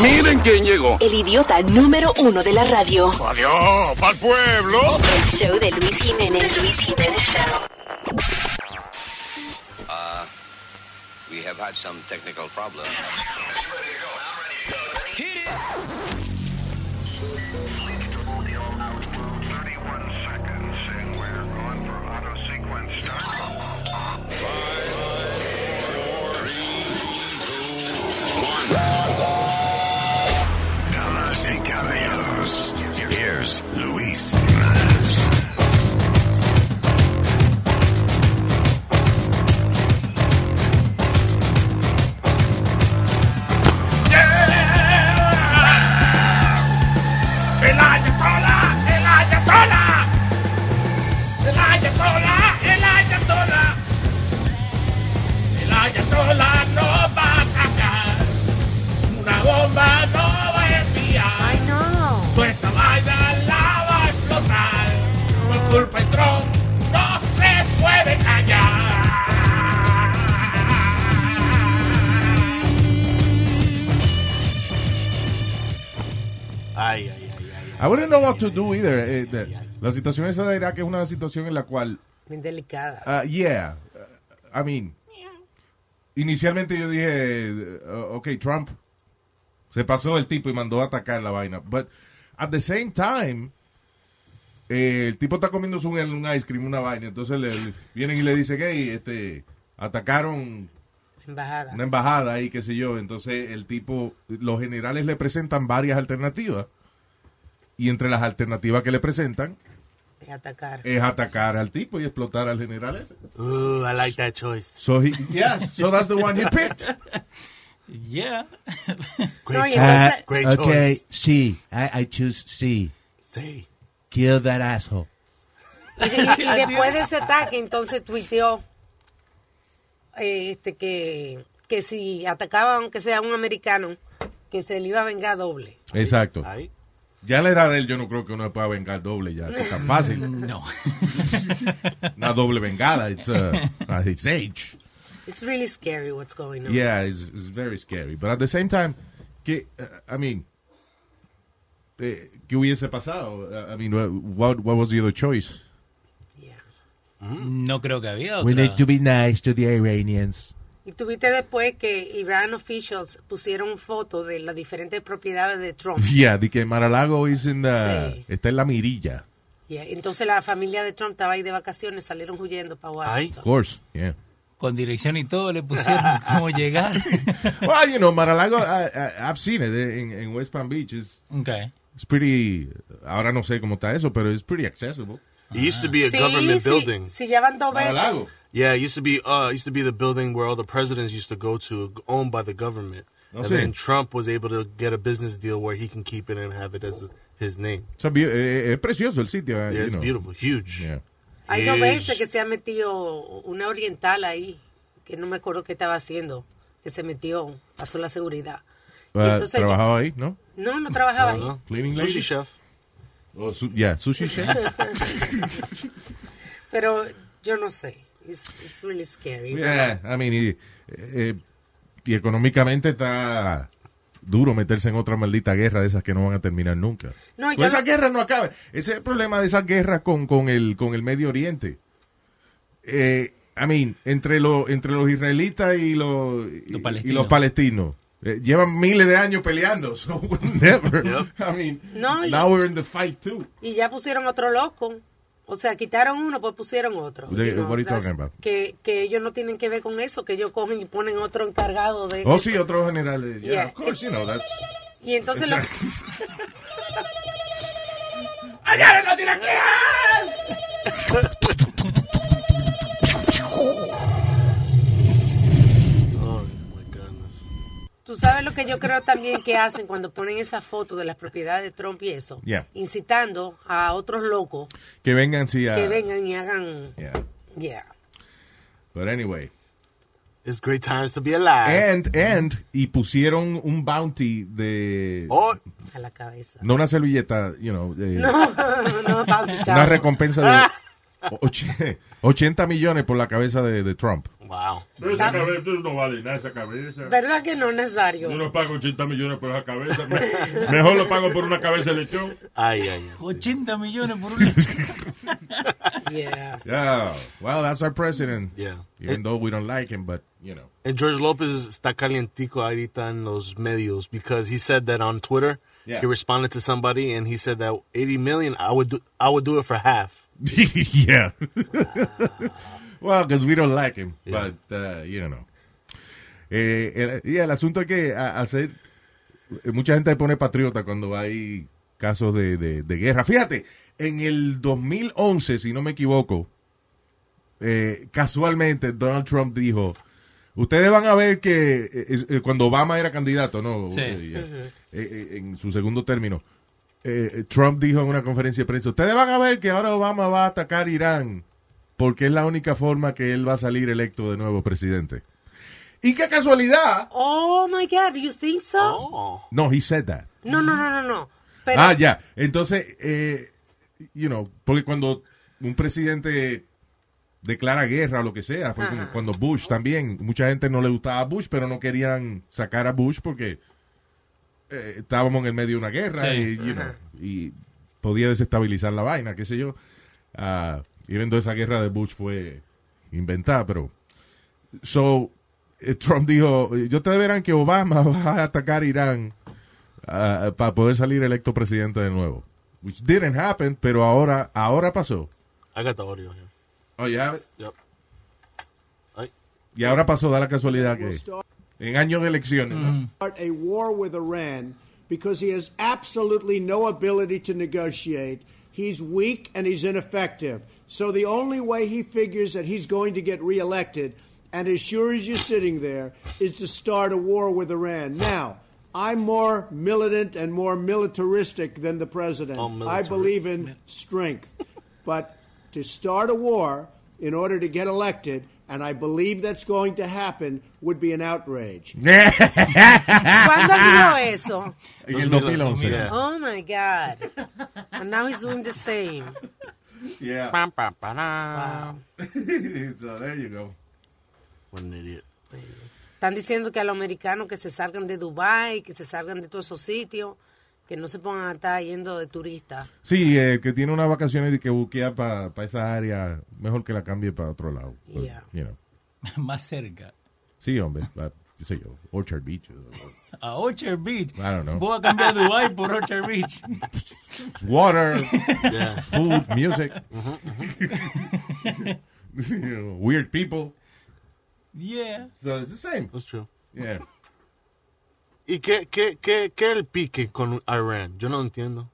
Miren quién llegó. El idiota número uno de la radio. Adiós, pa'l pueblo. El show de Luis Jiménez. Luis Jiménez Show. Uh, we have had some technical problems. Damas y caballeros, here's Luis Jiménez. El Ayatollah, el Ayatollah. El Ayatollah, el Ayatollah. El Ayatollah no va a atacar. Una bomba no va a enviar. Ay, no. Toda esta vaina la va a explotar. Por culpa de Trump no se puede callar. Ay, ay, ay, ay. I wouldn't know what to do either. Eh, the- la situación esa de Irak es una situación en la cual, Bien delicada. ah, yeah, uh, I mean, inicialmente yo dije, uh, ok, Trump se pasó el tipo y mandó a atacar la vaina. But at the same time, eh, el tipo está comiéndose un, un ice cream, una vaina. Entonces le, le- vienen y le dicen, hey, este, atacaron Embajada. una embajada ahí, qué sé yo. Entonces el tipo, los generales le presentan varias alternativas. Y entre las alternativas que le presentan Es atacar. es atacar al tipo y explotar al general ese. Ooh, I like that choice. So he, yeah, so that's the one he picked. Yeah. No, y Great entonces- choice. Great choice. C. Ah, I, I choose C. Sí. Kill that asshole. Y, y- y después de ese ataque, entonces tuiteó eh, este, que, que si atacaba, aunque sea un americano, que se le iba a vengar doble. Exacto. Ahí. Ya la edad de él, yo no creo que uno se pueda vengar doble ya. Es tan Mm, fácil. No. Una doble vengada. It's uh, at his age. It's really scary what's going on. Yeah, it's, it's very scary. But at the same time, que, uh, I mean, eh, ¿qué hubiese pasado? Uh, I mean, uh, what, what was the other choice? Yeah. No creo que había otra. We need to be nice to the Iranians. Y tuviste después que Iran officials pusieron fotos de las diferentes propiedades de Trump. Yeah, de que Maralago is in the- Sí. está en la mirilla. Yeah, Entonces la familia de Trump estaba ahí de vacaciones, salieron huyendo para Of Washington. course, yeah. Con dirección y todo le pusieron cómo llegar. Well, you know, Maralago, I, I, I've seen it eh, in, in West Palm Beach. It's, ok. it's pretty, ahora no sé cómo está eso, pero it's pretty accessible. It used to be a Sí, government sí, building. Si ya van dos veces. Maralago. Yeah, it used to be uh it used to be the building where all the presidents used to go to, owned by the government. Oh, and sí. then Trump was able to get a business deal where he can keep it and have it as his name. It's a beau- eh, eh, es precioso el sitio. eh, Yeah, you it's know. beautiful, huge. Yeah. Hay dos Huge. veces que se ha metido una oriental ahí, que no me acuerdo qué estaba haciendo, que se metió, pasó la seguridad. Y Uh, entonces yo- trabajaba ahí, ¿no? no, no trabajaba ahí. Uh-huh. Cleaning Sushi lady? chef. O su- yeah, sushi chef. Pero yo no sé. It's, it's really scary. Yeah, I mean, y, eh, eh, y económicamente está duro meterse en otra maldita guerra de esas que no van a terminar nunca. No, Pues yo esas no- guerras no acaban. Ese es el problema de esas guerras con, con, el, con el Medio Oriente. Eh, I mean, entre, lo- entre los israelitas y los, y- Los y palestinos. los palestinos. Eh, llevan miles de años peleando, so we'll never. I mean, No, y- now we're in the fight too. Y ya pusieron otro loco. O sea, quitaron uno, pues pusieron otro. De- You know, what are you that's- talking about? Que, que ellos no tienen que ver con eso, que ellos cogen y ponen otro encargado de... Oh, sí, otros generales. Yeah, Yeah. of course, you know, that's... Y entonces lo... Allá no tienen que Oh my goodness. Tú sabes lo que yo creo también que hacen cuando ponen esa foto de las propiedades de Trump y eso, Yeah. incitando a otros locos Que vengan, sí, a... que vengan y hagan, Yeah. yeah. But anyway. It's great times to be alive. And, and, y pusieron un bounty de... oh, Eh. a la cabeza. No una servilleta, you know, de- No, no, Bounty una Town. recompensa de och- 80 millones por la cabeza de, de Trump. Wow. Pero esa cabeza, tú no vale nada esa cabeza. ¿Verdad que no es necesario? Yo no pago 80 millones por esa cabeza. Me- mejor lo pago por una cabeza de lechón. Ay, ay. 80 millones por una. Yeah. Yeah. Well, that's our president. Yeah. Even though we don't like him, but, you know. And George Lopez está calientico ahorita en los medios because he said that on Twitter. Yeah. He responded to somebody and he said that 80 million, I would do, I would do it for half. yeah. well, because we don't like him, but uh, you know. Eh, el, y el asunto es que a- hacer eh, mucha gente se pone patriota cuando hay casos de, de- de guerra. Fíjate, en el 2011, si no me equivoco, eh, casualmente Donald Trump dijo, ustedes van a ver que eh, es- eh, cuando Obama era candidato, ¿no? Sí. Eh, ya. Eh, eh, en su segundo término, eh, eh, Trump dijo en una conferencia de prensa, ustedes van a ver que ahora Obama va a atacar Irán porque es la única forma que él va a salir electo de nuevo presidente. Y qué casualidad. Oh my God, you think so? Oh. No, he said that. No, no, no, no, no. Pero, ah, ya. Entonces, eh, you know, porque cuando un presidente declara guerra o lo que sea, fue como cuando Bush también, mucha gente no le gustaba a Bush, pero no querían sacar a Bush porque eh, estábamos en el medio de una guerra Sí. y, you know, y podía desestabilizar la vaina, qué sé yo. Ah, y viendo esa guerra de Bush fue inventada, pero... So, eh, Trump dijo, yo te verán que Obama va a atacar Irán ah, para poder salir electo presidente de nuevo. Which didn't happen, pero ahora, ahora pasó. I got the audio here. Oh, you have it? Yep. Y ahora pasó, da la casualidad que en años de elecciones, ¿no? start a war with Iran because he has absolutely no ability to negotiate. He's weak and he's ineffective. So the only way he figures that he's going to get reelected, and as sure as you're sitting there, is to start a war with Iran. Now, I'm more militant and more militaristic than the president. oh, I believe in strength. But to start a war in order to get elected, and I believe that's going to happen, would be an outrage. ¿cuándo vino eso? en el 2011. Yeah. Oh my God. And now he's doing the same. Yeah. Pam, pam, pam, pam. so there you go. What an idiot. Están diciendo que a los americanos que se salgan de Dubai, que se salgan de todos esos sitios, que no se pongan a estar yendo de turista. Sí, eh, que tiene unas vacaciones y que buquea para esa área, mejor que la cambie para otro lado. But, Yeah. you know. Más cerca. Sí, hombre, pa- qué sé yo, Orchard Beach. o- A Orchard Beach. I don't know. Voy a cambiar Dubai por Orchard Beach. Water, Yeah. food, music. You know, Weird people. Yeah. So it's the same. That's true. Yeah. ¿Y qué, qué, qué, qué el pique con Iran? Yo no entiendo.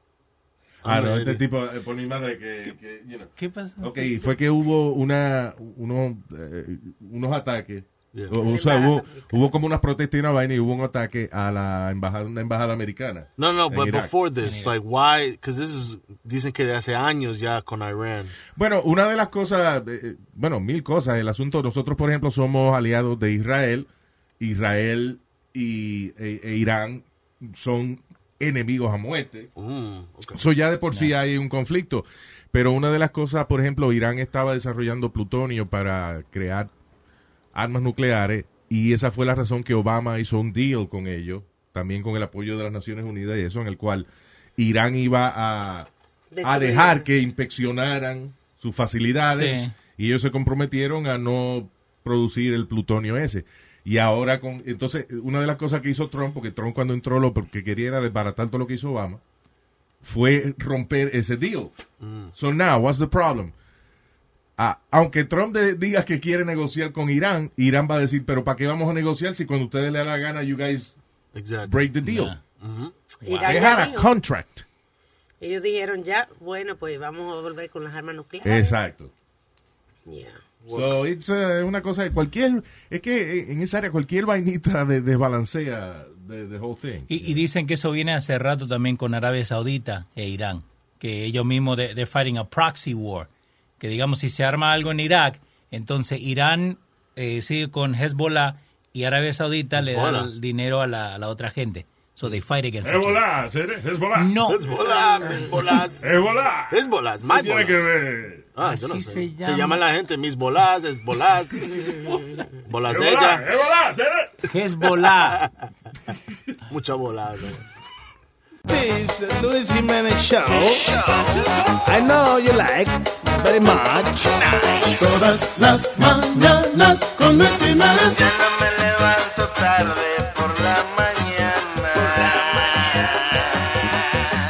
Ah, no, Hombre, este idiot. tipo, eh, por mi madre, que, que, you know. ¿Qué pasa? Ok, fue que hubo una, unos, eh, unos ataques. Yeah. O, o sea, hubo, hubo como unas protestas y una vaina y hubo un ataque a la embajada, una embajada americana. No, no, en but Irak. before this, like, why? Because this is, dicen que de hace años ya con Iran. Bueno, una de las cosas, eh, eh, bueno, mil cosas. El asunto, nosotros, por ejemplo, somos aliados de Israel. Israel y, e- e Irán son enemigos a muerte. Mm, okay. Eso ya de por sí hay un conflicto. Pero una de las cosas, por ejemplo, Irán estaba desarrollando plutonio para crear armas nucleares y esa fue la razón que Obama hizo un deal con ellos, también con el apoyo de las Naciones Unidas y eso, en el cual Irán iba a, a Destruir. dejar que inspeccionaran sus facilidades Sí. y ellos se comprometieron a no producir el plutonio ese. Y ahora con entonces una de las cosas que hizo Trump, porque Trump cuando entró lo que quería era desbaratar todo lo que hizo Obama, fue romper ese deal. Mm. So now, what's the problem? Ah, aunque Trump de- diga que quiere negociar con Irán, Irán va a decir, pero ¿para qué vamos a negociar si cuando ustedes le da la gana, you guys Exactly. break the deal? Yeah. Irán They ya had a dijo. contract. Ellos dijeron ya, bueno, pues vamos a volver con las armas nucleares. Exacto. Yeah. So, it's eh, una cosa de cualquier, es que eh, en esa área cualquier vainita de- desbalancea the, the whole thing. Y, y dicen que eso viene hace rato también con Arabia Saudita e Irán, que ellos mismos de they're fighting a proxy war, que digamos si se arma algo en Irak, entonces Irán eh, sigue con Hezbollah y Arabia Saudita le da Hezbollah. el dinero a la, a la otra gente. So they fight against each other. Hezbollah, ¿sí? Hezbollah. No. Hezbollah, Hezbollah. Hezbollah. Hezbollah, ¿Qué tiene Hezbollah. que ver? Ah, yo no Así sé. se Se llama. llama. la gente mis bolas, es bolas. bolas Hezbollah, ella. Hezbollah, ¿sí? Hezbollah. Mucha bolas. ¿no? This Luis Jimenez show. I know you like very much. Todas las mañanas con Luis Jimenez.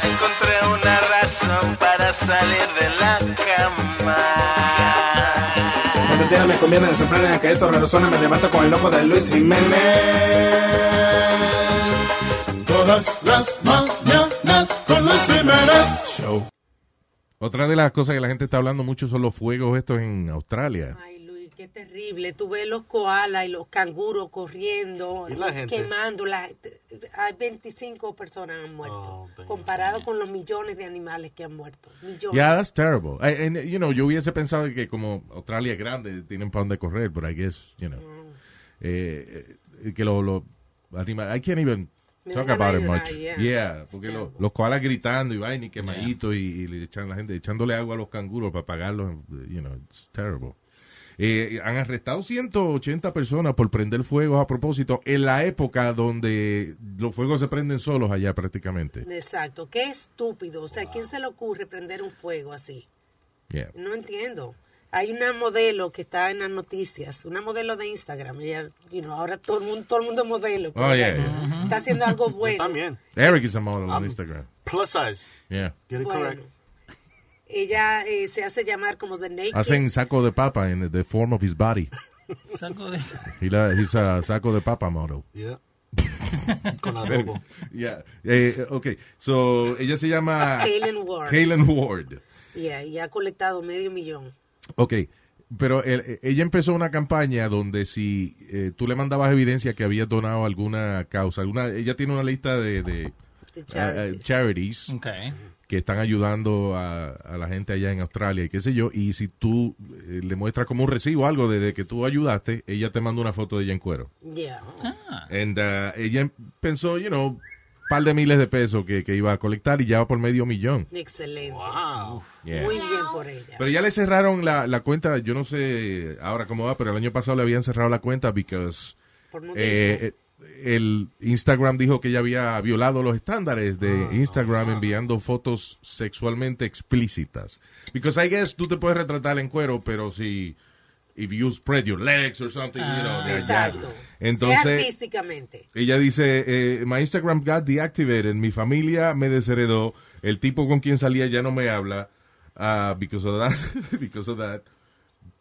encontré una razón para salir de la cama. Cuando el día me conviene, se frena que esto resuena, me levanto con el loco de Luis Jiménez. Todas las mañanas con Luis Jiménez. Show. Otra de las cosas que la gente está hablando mucho son los fuegos estos en Australia. Qué terrible. Tú ves los koalas y los canguros corriendo, ¿Y la gente? quemando. la- hay 25 personas han Oh, muerto, comparado con los millones de animales que han muerto. Millones. Yeah, that's terrible. I- and, you know, yo hubiese pensado que como Australia es grande, tienen para dónde correr, pero I guess, you know, Mm. eh, eh, que los lo, animales, I can't even Me talk dan about ganas it de much. llorar, yeah. Yeah, It's porque lo- terrible. los koalas gritando y vaina y quemaditos y, y le echan la gente echándole agua a los canguros para apagarlos, you know, it's terrible. Eh, han arrestado 180 personas por prender fuegos a propósito en la época donde los fuegos se prenden solos allá prácticamente. Exacto. Qué estúpido. O sea, ¿quién se le ocurre prender un fuego así? Yeah. No entiendo. Hay una modelo que está en las noticias, una modelo de Instagram. Ella, you know, ahora todo el mundo, todo el mundo es modelo. pero Oh, ella yeah, Ah. yeah. Está haciendo algo bueno. También. Eric is a model Um, on Instagram. Plus size. Yeah. Get it Bueno. correct. Ella eh, se hace llamar como The Naked. Hacen saco de papa en the form of his body. Saco de... He la- he's a saco de papa model. Yeah. Con adobo. Yeah. Eh, ok, so ella se llama Kaylin Ward. Kaylin Ward. Yeah, y ha colectado medio millón. Ok, pero el- ella empezó una campaña donde si eh, tú le mandabas evidencia que habías donado alguna causa, alguna, ella tiene una lista de, De de, eh, eh, charities. charities Okay. que están ayudando a, a la gente allá en Australia y qué sé yo, y si tú eh, le muestras como un recibo o algo de, de que tú ayudaste, ella te manda una foto de ella en cuero. Yeah. And, uh, ella pensó, you know, par de miles de pesos que, que iba a colectar y ya va por medio millón. Excelente. Yeah. Muy bien por ella. Pero ya le cerraron la, la cuenta, yo no sé ahora cómo va, pero el año pasado le habían cerrado la cuenta because Por nudismo. eh, eh, el Instagram dijo que ella había violado los estándares Ah. de Instagram enviando fotos sexualmente explícitas. Because I guess tú te puedes retratar en cuero, pero si if you spread your legs or something, you know, ya- Ah, ya. Exacto. sea Entonces, artísticamente. Ella dice, eh, my Instagram got deactivated, mi familia me desheredó, el tipo con quien salía ya no me habla, ah, because of that, because of that.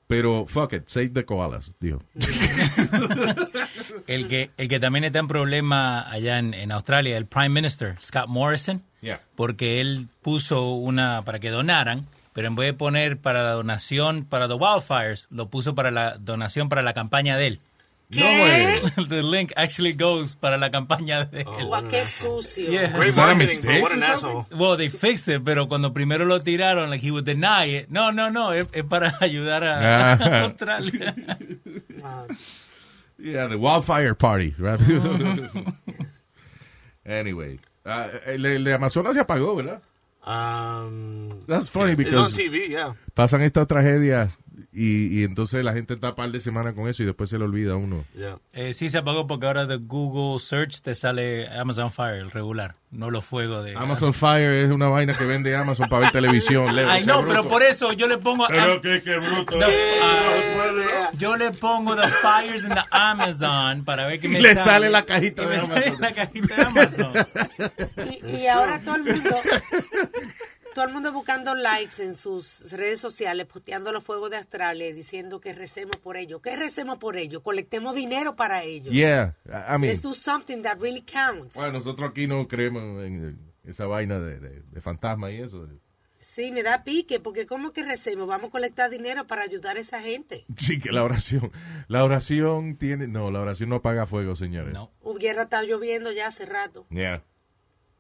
Pero fuck it, save the koalas, dijo. El que, el que también está en problema allá en, en Australia, el Prime Minister, Scott Morrison, Yeah. porque él puso una para que donaran, pero en vez de poner para la donación para los wildfires, lo puso para la donación para la campaña de él. eh, ¿Qué? The link actually goes para la campaña de Oh. él. Guau, qué sucio. Yeah. Great marketing, but what an asshole. Well, they fixed it, pero cuando primero lo tiraron, like he would deny it. No, no, no, es, es para ayudar a, Ah. a Australia. Yeah, the wildfire party. right? Ah. anyway, ah, el, el Amazonas se apagó, ¿verdad? Um, That's funny it's because on TV, yeah. pasan estas tragedias y, y entonces la gente está par de semanas con eso y después se le olvida a uno. Eh, sí se apagó porque ahora de Google Search te sale Amazon Fire, el regular, no los fuegos de Amazon Fire es una vaina que vende Amazon para ver televisión. Leo, Ay, sea no, bruto. pero por eso yo le pongo. Pero Am- que, que bruto. eh. The- ah, yo le pongo The Fires in the Amazon para ver que me Le sale la cajita Y de me Amazon. sale la cajita de Amazon. Y ahora todo el mundo, todo el mundo buscando likes en sus redes sociales, posteando los fuegos de Australia, y diciendo que recemos por ellos, que recemos por ellos, colectemos dinero para ellos. Yeah, I I mean, Let's do something that really counts. bueno, nosotros aquí no creemos en esa vaina de, de, de fantasma y eso. Sí, me da pique, porque ¿cómo que recemos? Vamos a colectar dinero para ayudar a esa gente. Sí, que la oración, la oración tiene, no, la oración no apaga fuego, señores. No. Hubiera estado lloviendo ya hace rato. Yeah,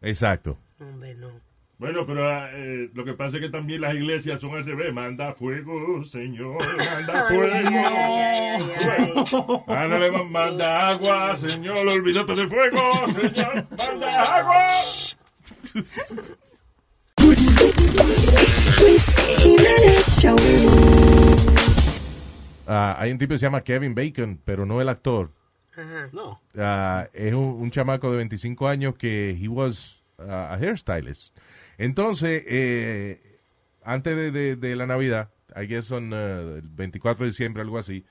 exacto. Hombre, no. Bueno, pero eh, lo que pasa es que también las iglesias son al revés. Manda fuego, Señor, manda Eh. fuego. Ah, no le ma- manda agua, Señor, olvídate de fuego, Señor, manda agua. Ah, hay un tipo que se llama Kevin Bacon, pero no el actor. No. Ah, es un, un chamaco de 25 años que he was ah, a hairstylist. Entonces, eh, antes de, de- de la Navidad, I guess on eh, el 24 de diciembre, algo así,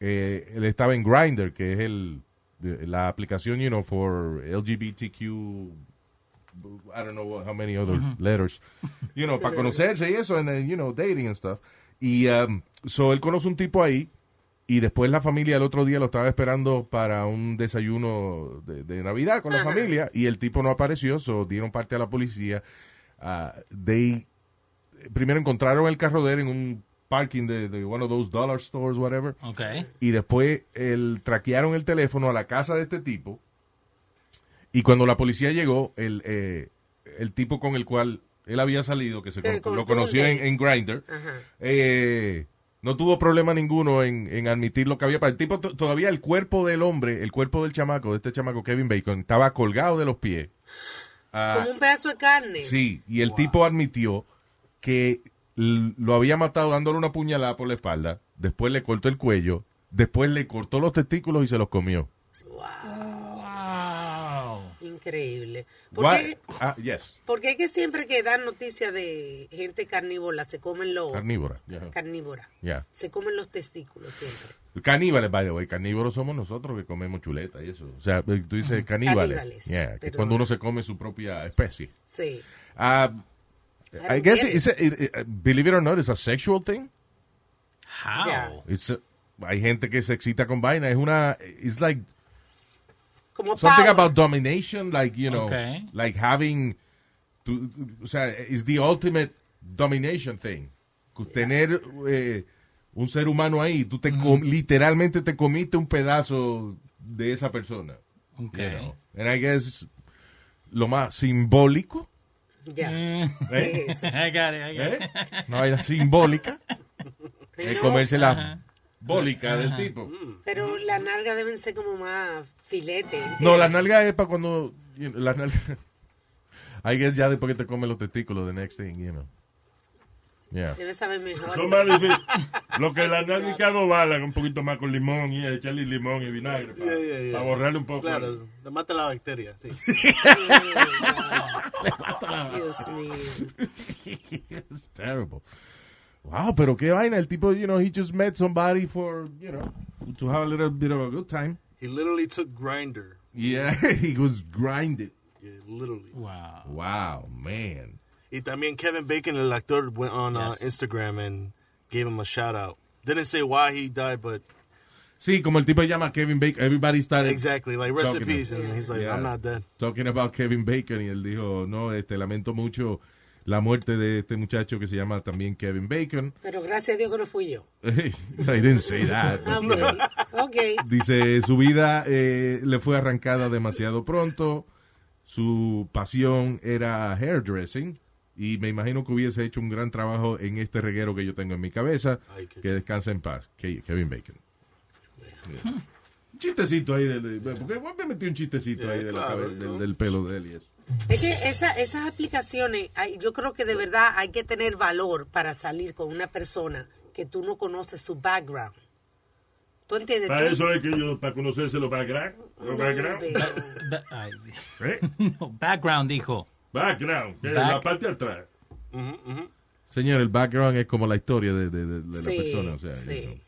eh, él estaba en Grindr, que es el de- la aplicación, you know, for LGBTQ, I don't know what- how many other Ujú. letters, you know, para conocerse y eso, and then, you know, dating and stuff. Y um, so él conoce un tipo ahí y después la familia el otro día lo estaba esperando para un desayuno de, de Navidad con la familia y el tipo no apareció, so dieron parte a la policía. Ah, they primero encontraron el carro de él en un parking de, de one of those dollar stores, whatever. Okay. Y después el, traquearon el teléfono a la casa de este tipo. Y cuando la policía llegó, el, eh, el tipo con el cual él había salido, que se Que con- lo con- conoció en, en Grindr, Ajá. eh, no tuvo problema ninguno en, en admitir lo que había. pa- El tipo to- todavía el cuerpo del hombre, el cuerpo del chamaco, de este chamaco Kevin Bacon, estaba colgado de los pies. Ah, Como un pedazo de carne. Sí, y el tipo admitió que l- lo había matado dándole una puñalada por la espalda, después le cortó el cuello, después le cortó los testículos y se los comió. Increíble. What- Porque, Ah, yes, porque es que siempre que dan noticias de gente carnívora, se comen los... carnívora. Yeah. Carnívora. Yeah. Se comen los testículos siempre. Caníbales, by the way. Carnívoros somos nosotros que comemos chuleta y eso. O sea, eh, tú dices caníbales. Caníbales, Yeah, que perdón. cuando uno se come su propia especie. Sí. Ah, I don't guess, get it's a- it- it- believe it or not, it's a sexual thing. How? It's a- hay gente que se excita con vaina. Es una. It's like Como something power. about domination, like you know, Okay. like having, to, o sea, is the ultimate domination thing. Que Tener eh, un ser humano ahí, tú te com- literalmente te comiste un pedazo de esa persona. Okay. You know? And I guess lo más simbólico, Ya. ¿Eh? Eso. I got it, I got it. ¿eh? una vaina simbólica, es comerse la bólica del tipo. Pero la nalga deben ser como más filete. No, las nalgas es para cuando. you know, las nalgas. I guess ya después que te comen los testículos, the next thing, you know. Yeah. Debe saber mejor. Son más difíciles. Lo que la nánica no vale, un poquito más con limón y echarle limón y vinagre para Yeah, yeah, yeah. borrarle un poco. Claro, te mata la bacteria, sí. Dios mío. It's terrible. Wow, pero qué vaina. El tipo, you know, he just met somebody for, you know, to have a little bit of a good time. He literally took grinder. Yeah, he was grinded. Yeah, literally. Wow. Wow, man. Y también Kevin Bacon, el actor, went on uh, Instagram and gave him a shout out. Didn't say why he died, but Sí, como el tipo se llama Kevin Bacon, everybody started. exactly, like rest in talking peace. about- And he's like, Yeah. I'm not dead. Talking about Kevin Bacon y él dijo, no, este, lamento mucho la muerte de este muchacho que se llama también Kevin Bacon. Pero gracias a Dios que no fui yo. I didn't say that. Ok. Dice, su vida eh, le fue arrancada demasiado pronto, su pasión era hairdressing y me imagino que hubiese hecho un gran trabajo en este reguero que yo tengo en mi cabeza, que descansa en paz, Ke- Kevin Bacon. Yeah. Un chistecito ahí, de, de- porque vos me metí un chistecito ahí de la claro, cabeza- del, del pelo de él y eso. Es que esa- esas aplicaciones, hay- yo creo que de verdad hay que tener valor para salir con una persona que tú no conoces su background. ¿Tú entiendes? Para Tú- Ah, eso es que yo, para conocerse los background. Los background. Ba- ay, no, background dijo. ¿eh? Background, que es la Back- parte de atrás. Señor, el background es como la historia de, de- de- de la Sí, persona, o sea, sí. you know.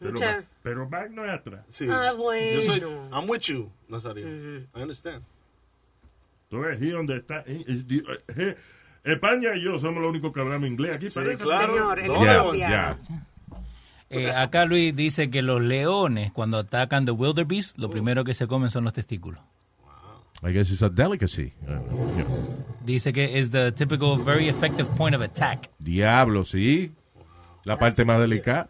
Pero, Mucha- back- pero back no es atrás. Sí. Ah, Yo soy, bueno. Mm-hmm. I'm with you, Nazario. I understand. Tú ves, aquí donde está. eh, eh, di- eh, eh, España y yo somos los únicos que hablamos inglés aquí. Sí, parece. claro. Señor, el Eh, acá Luis dice que los leones cuando atacan the wildebeest, lo primero que se comen son los testículos. I guess it's a delicacy. I don't know, you know. Dice que es the typical very effective point of attack. Diablo, sí. La parte más delicada.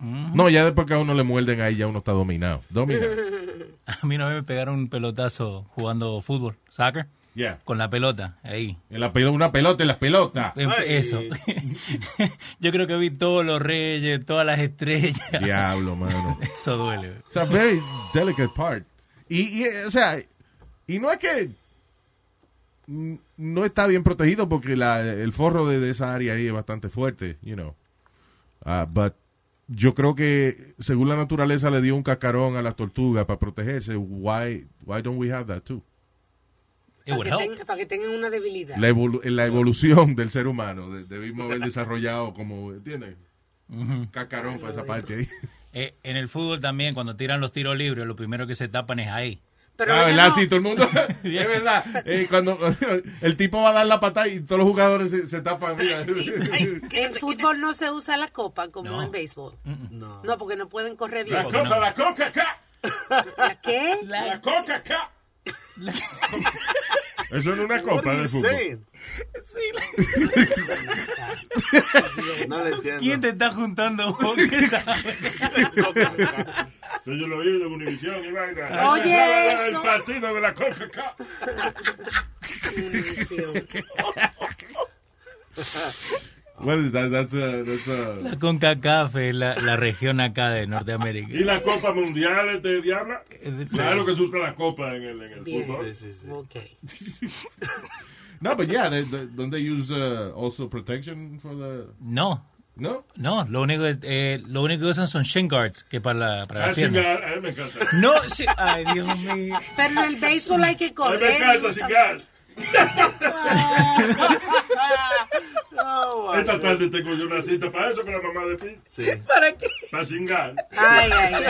Mm-hmm. No, ya después que a uno le muerden ahí, ya uno está dominado. Dominado. A mí no me pegaron un pelotazo jugando fútbol, soccer. Yeah. Con la pelota, ahí. En la pelo- una pelota en las pelotas. Em- Eso. Yo creo que vi todos los reyes, todas las estrellas. Diablo, mano. Eso duele. It's a very delicate part. Y, y, o sea, y no es que n- no está bien protegido porque la- el forro de, de esa área ahí es bastante fuerte, you know. Ah, but yo creo que según la naturaleza le dio un cascarón a las tortugas para protegerse. Why, why don't we have that too? It would Para que, tenga- para que tengan una debilidad. La, evolu- la evolución del ser humano de- debimos haber desarrollado como, ¿entiendes? Ujú. Cascarón para esa parte ahí. Eh, en el fútbol también, cuando tiran los tiros libres, lo primero que se tapan es ahí. Pero Ah, ellos ¿verdad? no. Sí, todo el mundo- es verdad. Eh, cuando el tipo va a dar la patada y todos los jugadores se, se tapan. mira. En fútbol no se usa la copa como en béisbol. No. No, porque no pueden correr bien. La coca, la coca, acá. ¿La qué? La coca, acá. Eso es una copa de fútbol. No le entiendo. ¿Quién te está juntando? vos? ¿Qué sabes? Yo lo vi de Univision y vaina. Oye, Ah, eso. El partido de la coca, acá. What is that? That's a- that's uh, a- La CONCACAF es la, la región acá de Norteamérica. Y la Copa Mundial de Diabla. ¿Sabes lo que se usa la copa en el, en el Bien. fútbol? No, but yeah, they, they- don't they use uh, also protection for the? No. ¿No? No, lo único, es- eh, lo único que usan son shin guards, que para la, para la Ah, pierna. chingar, a mí me encanta. No, sí, ay, Dios mío. Pero en el béisbol hay que A correr. mí me encanta y usa- chingar. Oh, Esta tarde tengo yo una cita para eso con la mamá de Pi. ¿Para qué? Para chingar. Ay, ay, ay,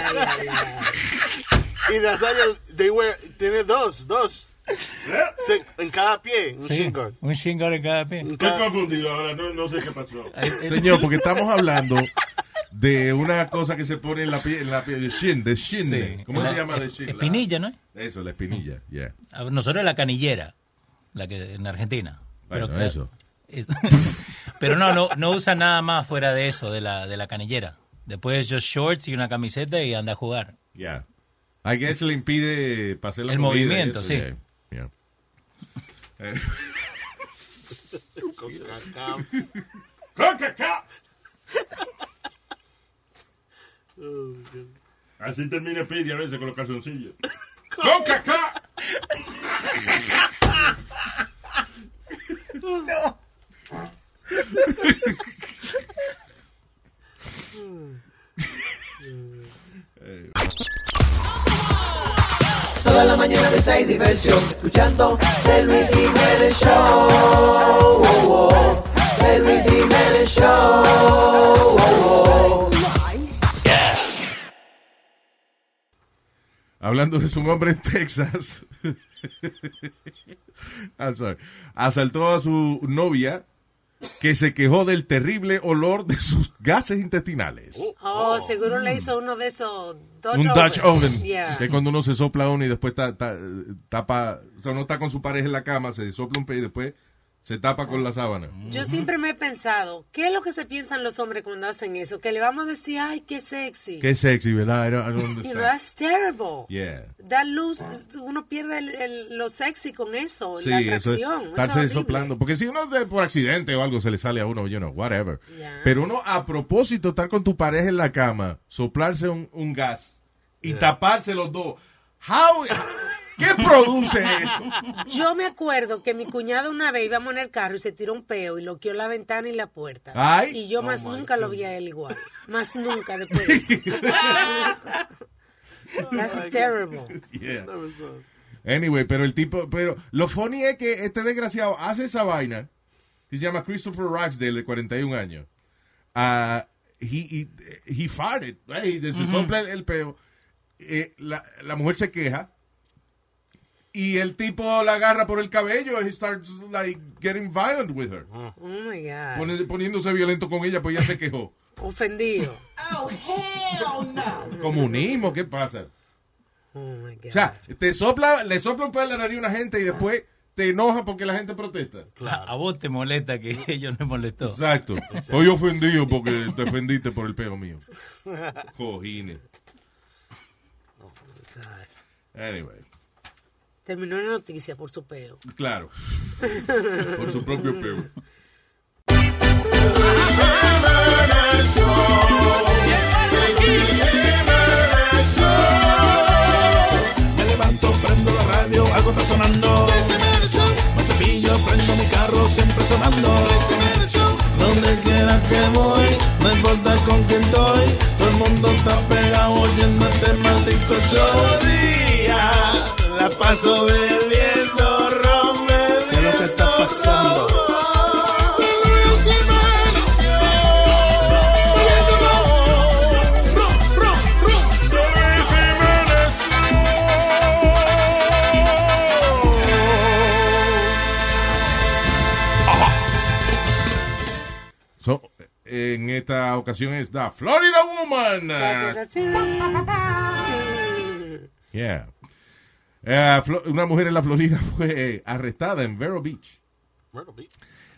ay, Y Nazario, they were, tiene dos, dos. Se- en cada pie, un Sí, shin guard. un shin guard en cada Ah, pie. Estoy confundido ahora, no, no sé qué pasó. Señor, porque estamos hablando de una cosa que se pone en la piel, en la piel, de shin, de shin. Sí. ¿Cómo La- se llama de shin? La- Espinilla, ¿no? Eso, la espinilla, yeah. A ver, Nosotros la canillera, la que en Argentina. Bueno, claro, eso. es- pero no, no, no usa nada más fuera de eso, de la, de la canillera. Después just shorts y una camiseta y anda a jugar. Yeah. I guess le impide pasar la El movida y movimiento, eso, sí. yeah, yeah. Eh, ¡Coca, acá! Así termina Pidi a veces con los calzoncillos. ¡Coca, acá! No. Toda la mañana de y diversión, escuchando el Luis Jiménez Show. Oh, oh. El Luis Jiménez Show. Oh, oh. Hablando de un hombre en Texas. I'm sorry. Asaltó a su novia que se quejó del terrible olor de sus gases intestinales. Oh, seguro le hizo uno de esos Dutch un Dutch ovens. oven. Yeah. Que es cuando uno se sopla uno y después ta- ta- tapa. O sea, uno está con su pareja en la cama, se sopla un pe y después se tapa con la sábana. Yo siempre me he pensado, ¿qué es lo que se piensan los hombres cuando hacen eso? Que le vamos a decir, ay, qué sexy. Qué sexy, ¿verdad? I don't- I don't You understand. know, that's terrible. Yeah. Da luz, uno pierde el- el- lo sexy con eso, Sí, la eso es atracción. eso es estarse horrible. soplando. Porque si uno de- por accidente o algo se le sale a uno, you know, whatever. Pero uno a propósito estar con tu pareja en la cama, soplarse un, un gas y taparse los dos. How, ¿Qué produce eso? Yo me acuerdo que mi cuñado una vez íbamos en el carro y se tiró un peo y loqueó la ventana y la puerta. Ay. Y yo Oh más my nunca lo vi a él igual. Más nunca después de eso. That's terrible. Yeah. Anyway, pero el tipo, pero lo funny es que este desgraciado hace esa vaina. He se llama Christopher Ragsdale, de 41 años. Ah, he, he, he farted, right? De su Ujú. sopla el, el peo. Eh, la, la mujer se queja. Y el tipo la agarra por el cabello. He starts, like, getting violent with her. Oh my God. Pone- poniéndose violento con ella, pues ya se quejó. Ofendido. Oh, hell no. Comunismo, ¿qué pasa? Oh my God. O sea, te sopla, le sopla un pelo de la nariz a una gente y después te enoja porque la gente protesta. A, a vos te molesta que ellos no molestó. Exacto. Estoy ofendido porque te ofendiste por el pelo mío. Cojines. Anyway. Te Terminó la noticia por su peo. Claro. Por su propio peo. Me levanto, prendo la radio, algo está sonando. Me cepillo, prendo mi carro, siempre sonando. Donde quiera que voy, no importa con quién estoy. Todo el mundo está pegado oyendo este maldito show. día la paso bebiendo ron, ¿Qué es lo que está pasando? So, en esta ocasión es The Florida Woman. Yeah. Eh, Flo- una mujer en la Florida fue eh, arrestada en Vero Beach.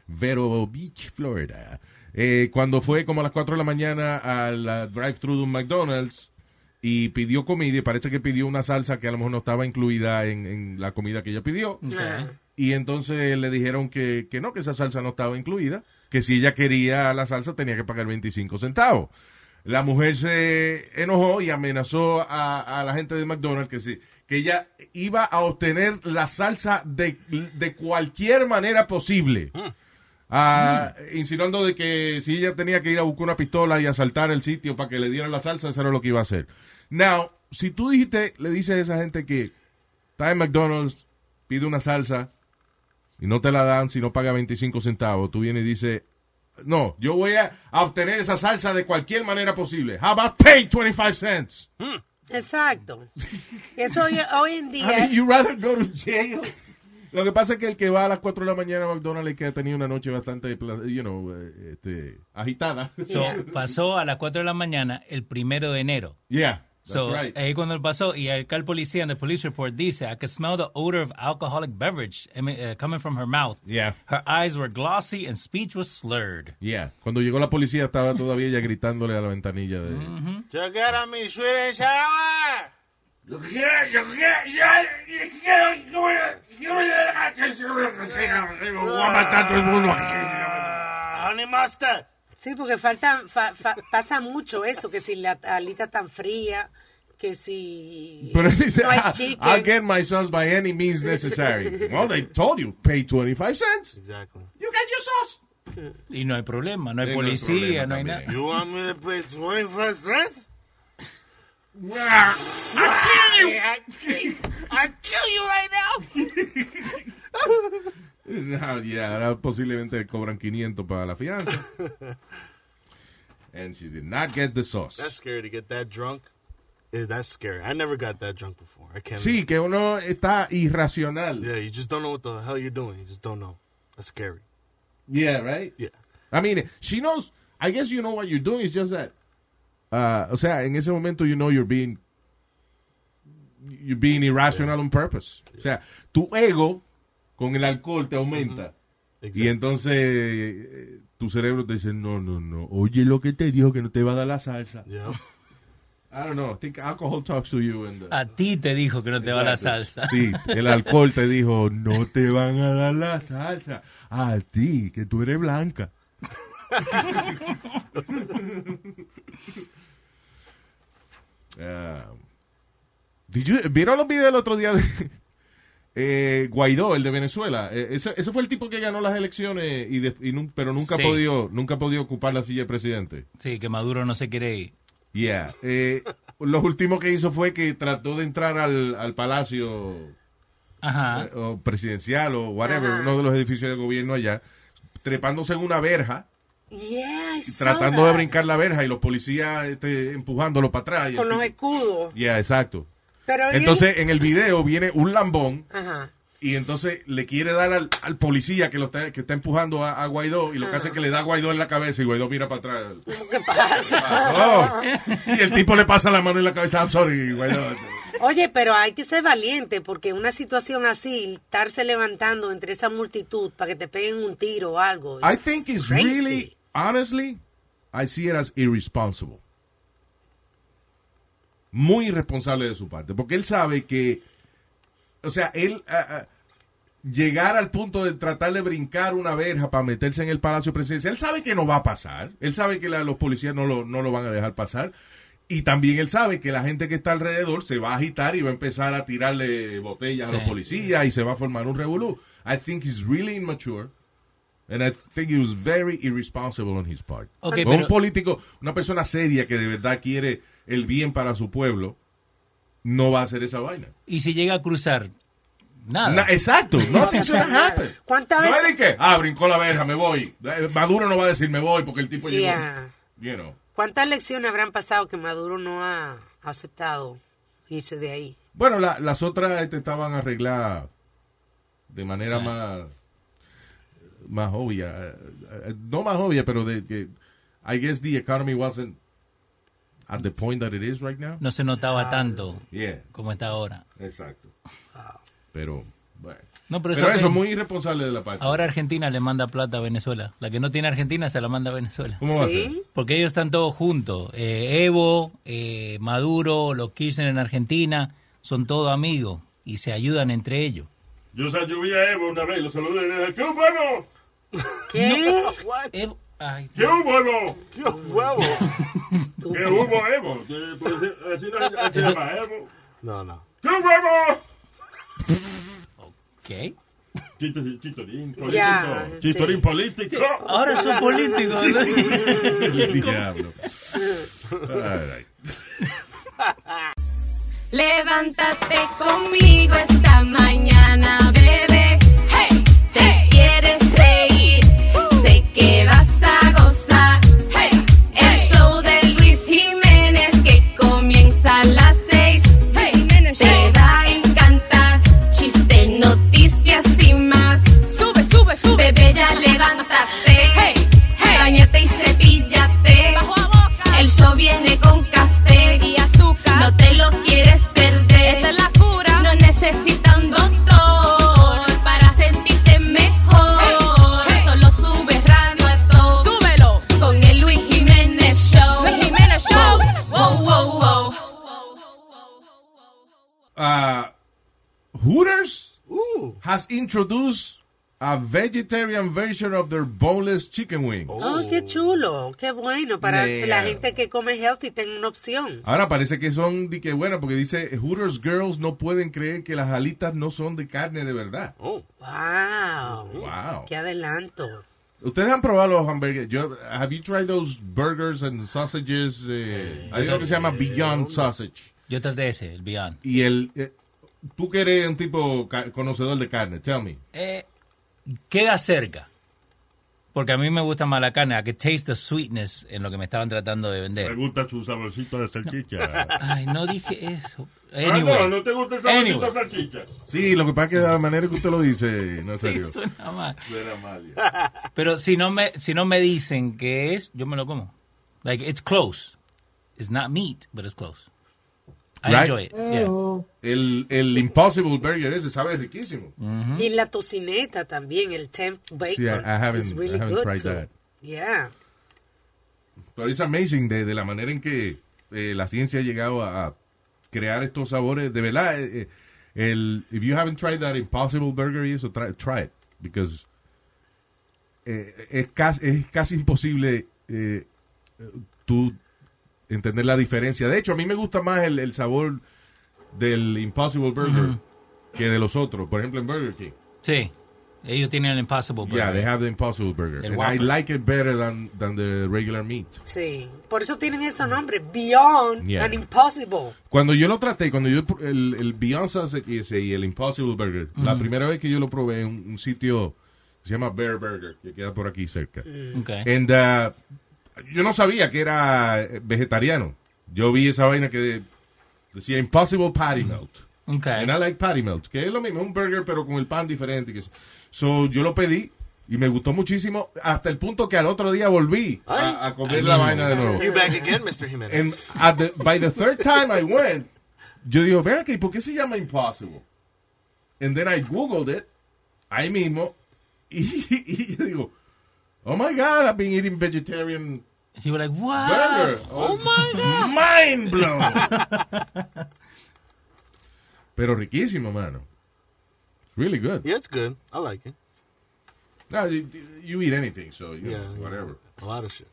Vero Beach, Florida. Eh, cuando fue como a las 4 de la mañana al drive-thru de un McDonald's y pidió comida y parece que pidió una salsa que a lo mejor no estaba incluida en, en la comida que ella pidió. Ok. Y entonces le dijeron que, que no, que esa salsa no estaba incluida, que si ella quería la salsa tenía que pagar 25 centavos. La mujer se enojó y amenazó a, a la gente de McDonald's que sí, que ella iba a obtener la salsa de, de cualquier manera posible. Ah, Insinuando de que si ella tenía que ir a buscar una pistola y asaltar el sitio para que le dieran la salsa, eso era lo que iba a hacer. Now, si tú dijiste, le dices a esa gente que está en McDonald's, pide una salsa y no te la dan si no paga 25 centavos, tú vienes y dices, no, yo voy a, a obtener esa salsa de cualquier manera posible. How about pay 25 cents? Exacto. Eso hoy, hoy en I día. mean, you rather go to jail. Lo que pasa es que el que va a las 4 de la mañana a McDonald's y que ha tenido una noche bastante, pla- you know, eh, este, agitada. So, Pasó a las 4 de la mañana el primero de enero. Yeah, that's So, right. ahí cuando pasó, y acá el policía en el police report dice, I could smell the odor of alcoholic beverage I mean, uh, coming from her mouth. Yeah. Her eyes were glossy and speech was slurred. Yeah. Cuando llegó la policía estaba todavía ya gritándole a la ventanilla de... Yo quiero mi Swedish shower. Yo quiero, yo quiero, yo quiero, yo quiero, yo quiero, Voy a matar a todo el mundo aquí. Honey Master. Sí, porque falta, fa- fa- pasa mucho eso, que si la alita tan fría, que si Pero él dice, no hay "I- chicken. I'll get my sons by any means necessary. well, they told you, pay 25 cents. Exactly. You get your sauce. Y no hay problema, no hay Sí, no hay policía, problema no hay también. nada. You want me to pay 25 cents? I kill you! I kill, I kill you right now! No, yeah, Ah, ahora posiblemente cobran 500 para la fianza. And she did not get the sauce. That's scary to get that drunk. Yeah, that's scary. I never got that drunk before. I can't. Sí, que uno está irracional. Yeah, you just don't know what the hell you're doing. You just don't know. That's scary. Yeah, right? Yeah. I mean, she knows, I guess you know what you're doing, it's just that, uh, o sea, en ese momento you know you're being, you're being irrational on purpose. O sea, tu ego con el alcohol te aumenta. Y entonces eh, tu cerebro te dice, no, no, no, oye lo que te dijo que no te va a dar la salsa. I don't know, I think alcohol talks to you. And, uh, A ti te dijo que no te va la salsa. Sí, el alcohol te dijo, no te van a dar la salsa. A ti, que tú eres blanca. Ah, did you- ¿Vieron los videos el otro día de eh, Guaidó, el de Venezuela? Eh, ese, ese fue el tipo que ganó las elecciones, y de- y nun- pero nunca, ha Sí. podido, nunca ha podido ocupar la silla de presidente. Sí, que Maduro no se quiere ir. Yeah. Eh, lo último que hizo fue que trató de entrar al, al palacio Ajá. eh, o presidencial o whatever, Ajá. uno de los edificios de gobierno allá, trepándose en una verja Yeah, I y saw tratando de that. brincar la verja y los policías este, empujándolo para atrás. y el Con los tipo- escudos. Yeah, exacto. Pero y- Entonces en el video viene un lambón Ajá. y entonces le quiere dar al, al policía que lo está, que está empujando a, a Guaidó y lo Ajá. que hace es que le da a Guaidó en la cabeza y Guaidó mira para atrás. ¿Qué pasa? Oh. Y el tipo le pasa la mano en la cabeza. I'm sorry, Guaidó. Oye, pero hay que ser valiente porque una situación así, estarse levantando entre esa multitud para que te peguen un tiro o algo. I es think it's crazy. really, honestly, I see it as irresponsible. Muy irresponsable de su parte, porque él sabe que o sea, él ah, ah, llegar al punto de tratar de brincar una verja para meterse en el Palacio Presidencial, él sabe que no va a pasar, él sabe que la- los policías no lo, no lo van a dejar pasar, y también él sabe que la gente que está alrededor se va a agitar y va a empezar a tirarle botellas a los Sí. policías y se va a formar un revolú. I think he's really immature. And I think he was very irresponsible on his part. Ok, un pero- político, una persona seria que de verdad quiere el bien para su pueblo, no va a hacer esa vaina. Y si llega a cruzar, nada. Na- eh, exacto, nothing's gonna happen. ¿Cuántas No veces? es de que, ah, brincó la verja, me voy. Eh, Maduro no va a decir me voy porque el tipo llegó. Yeah. You know. ¿Cuántas lecciones habrán pasado que Maduro no ha aceptado irse de ahí? Bueno, la- las otras intentaban arreglar de manera Sí. más más obvia, Eh, eh, no más obvia, pero de que I guess the economy wasn't at the point that it is right now. No se notaba tanto Yeah. como está ahora. Exacto. Pero bueno. No, pero, pero, eso Ah, es muy irresponsable de la parte. Ahora Argentina le manda plata a Venezuela. La que no tiene Argentina se la manda a Venezuela. ¿Cómo va a ser? ¿Sí? Porque ellos están todos juntos. Eh, Evo, eh, Maduro, los Kirchner en Argentina, son todos amigos y se ayudan entre ellos. Yo, o sea, yo vi a Evo una vez, lo saludé y le dije, ¡qué bueno! ¿Qué? Evo, ay, ¿Qué hubo, Evo? ¿Qué huevo? ¿Qué hubo, Evo? Que, pues, Así la gente se Eso- llama Evo. No, no. ¡Qué huevo! ¿Qué? Chito- Chitorín político. Ya, Chitorín sí. político. Oh, Ahora son políticos. El diablo. All right. Levántate conmigo esta mañana, bebé. Hey, te quieres reír. Sé que vas a gozar. Hey, el show de Luis Jiménez que comienza a las seis. Hey, te va a encantar. Chiste, noticias y más. Sube, sube, sube. Bebé, ya levántate. Hey, hey. Bañate y cepíllate. El show viene con café y azúcar. No te lo quieres perder. Esta es la cura. No necesita un doctor para sentirte mejor. Solo sube radio a todo. Súbelo. Con el Luis Jiménez Show. Luis Jiménez Show. Wow, wow, wow. Uh, Hooters has introduced a vegetarian version of their boneless chicken wings. Oh, qué chulo, qué bueno para que la Yeah. gente que come healthy tenga una opción. Ahora parece que son de que bueno, porque dice Hooters girls no pueden creer que las alitas no son de carne de verdad. Wow. Wow. Qué adelanto. Ustedes han probado los hamburgues. Yo, have you tried those burgers and sausages? Eh, hay uno que se llama Beyond Sausage. Yo traté ese, el Beyond. Y el, eh, tú que eres un tipo ca- conocedor de carne, tell me. Eh, queda cerca. Porque a mí me gusta más la carne. I could taste the sweetness en lo que me estaban tratando de vender. Me gusta su saborcito de salchicha. Ay, no dije eso. Ah, Anyway. no, no te gusta el saborcito de Anyway. salchicha. Sí, lo que pasa es que de la manera que usted lo dice, no Sí, serio. suena mal. Pero si no me si no me dicen que es, yo me lo como. Like it's close. It's not meat, but it's close. I Right? enjoy it. Yeah. El, el Impossible Burger ese sabe riquísimo. Y la tocineta también, el temp bacon. Sí, I- I haven't- It's really I haven't good tried too. that. Yeah. Pero es amazing de, de la manera en que eh, la ciencia ha llegado a, a crear estos sabores. De verdad, eh, eh, el, if you haven't tried that Impossible Burger y eso, try, try it. Because eh, es, casi, es casi imposible eh, eh, tú entender la diferencia. De hecho, a mí me gusta más el, el sabor del Impossible Burger Ujú. que de los otros. Por ejemplo, en Burger King. Sí. Ellos tienen el impossible Yeah, burger. they have the Impossible Burger. El And I Whopper. like it better than, than the regular meat. Sí. Por eso tienen ese nombre, Beyond Yeah. and Impossible. Cuando yo lo traté, cuando yo pr- el, el Beyond Sausage y ese y el Impossible Burger, la Mm. primera vez que yo lo probé en un, un sitio que se llama Bear Burger, que queda por aquí cerca. Mm. Ok. And, uh, yo no sabía que era eh, vegetariano. Yo vi esa vaina que de- decía Impossible Patty Melt. Okay. And I like Patty Melt, que es lo mismo, un burger pero con el pan diferente. que es- So, yo lo pedí y me gustó muchísimo hasta el punto que al otro día volví a, a comer Ay, la no. vaina de nuevo. You back again, Mr. Jiménez. And at the- by the third time I went, yo digo, ven aquí, ¿por qué se llama Impossible? And then I googled it, ahí mismo, y, y yo digo, oh my God, I've been eating vegetarian You were like, what? burger. Oh my God. Mind blown. Pero riquísimo, mano. Really good. Yeah, it's good. I like it. No, you, you eat anything, so you Yeah, know, yeah. whatever. A lot of shit.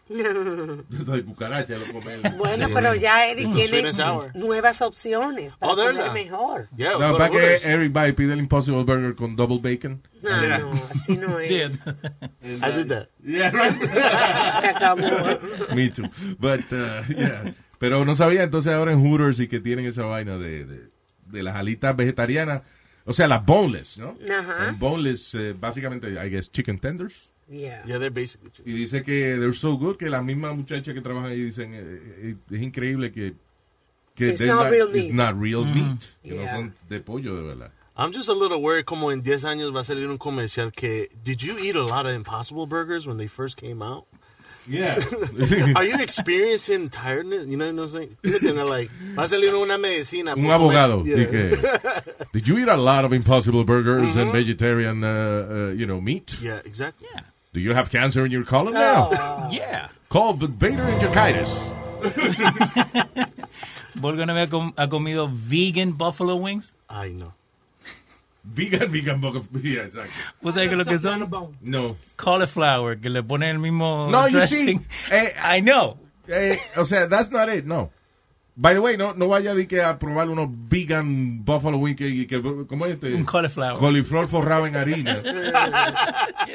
Like cucaracha lo comen. Bueno, Sí. pero ya Eric Mm. tiene Sweet and sour. nuevas opciones para Oh, ¿de comer verdad? mejor. Yeah, No, but para que orders. everybody pide el Impossible Burger con double bacon. No, no, así no es. Did. I did that. Yeah, right. Se acabó. Me too. But, uh, yeah. Pero no sabía entonces ahora en Hooters y que tienen esa vaina de, de, de las alitas vegetarianas. O sea, las boneless, ¿no? Ajá. Son boneless, eh, básicamente, I guess, chicken tenders. Yeah. Yeah, they're basically. Y dice que they're so good que las mismas muchachas que trabajan ahí dicen, eh, eh, es increíble que... que It's they're not real it's meat. not real Mm. meat. Que no Yeah. son de pollo, de verdad. I'm just a little worried como en 10 años va a salir un comercial que did you eat a lot of Impossible Burgers when they first came out? Yeah. Are you experiencing tiredness? You know what I'm saying? You're gonna like, va a salir una medicina. Un por comer- abogado Yeah. dije, did you eat a lot of impossible burgers and Mhm. vegetarian, uh, uh, you know, meat? yeah, exactly. Do you have cancer in your colon now? Yeah. Call the Bader Enterprises. ¿Volga no había com- ha comido vegan buffalo wings? Ay, no. Vegan, vegan, boca- yeah, exacto. ¿Vos sabés que lo que son? No. Cauliflower, que le ponen el mismo No, you see, dressing. I know. Eh, o sea, that's not it, no. By the way, no, no vaya de que a probar unos vegan buffalo wing que, que- ¿cómo es este? Un cauliflower. Coliflor forrado en harina.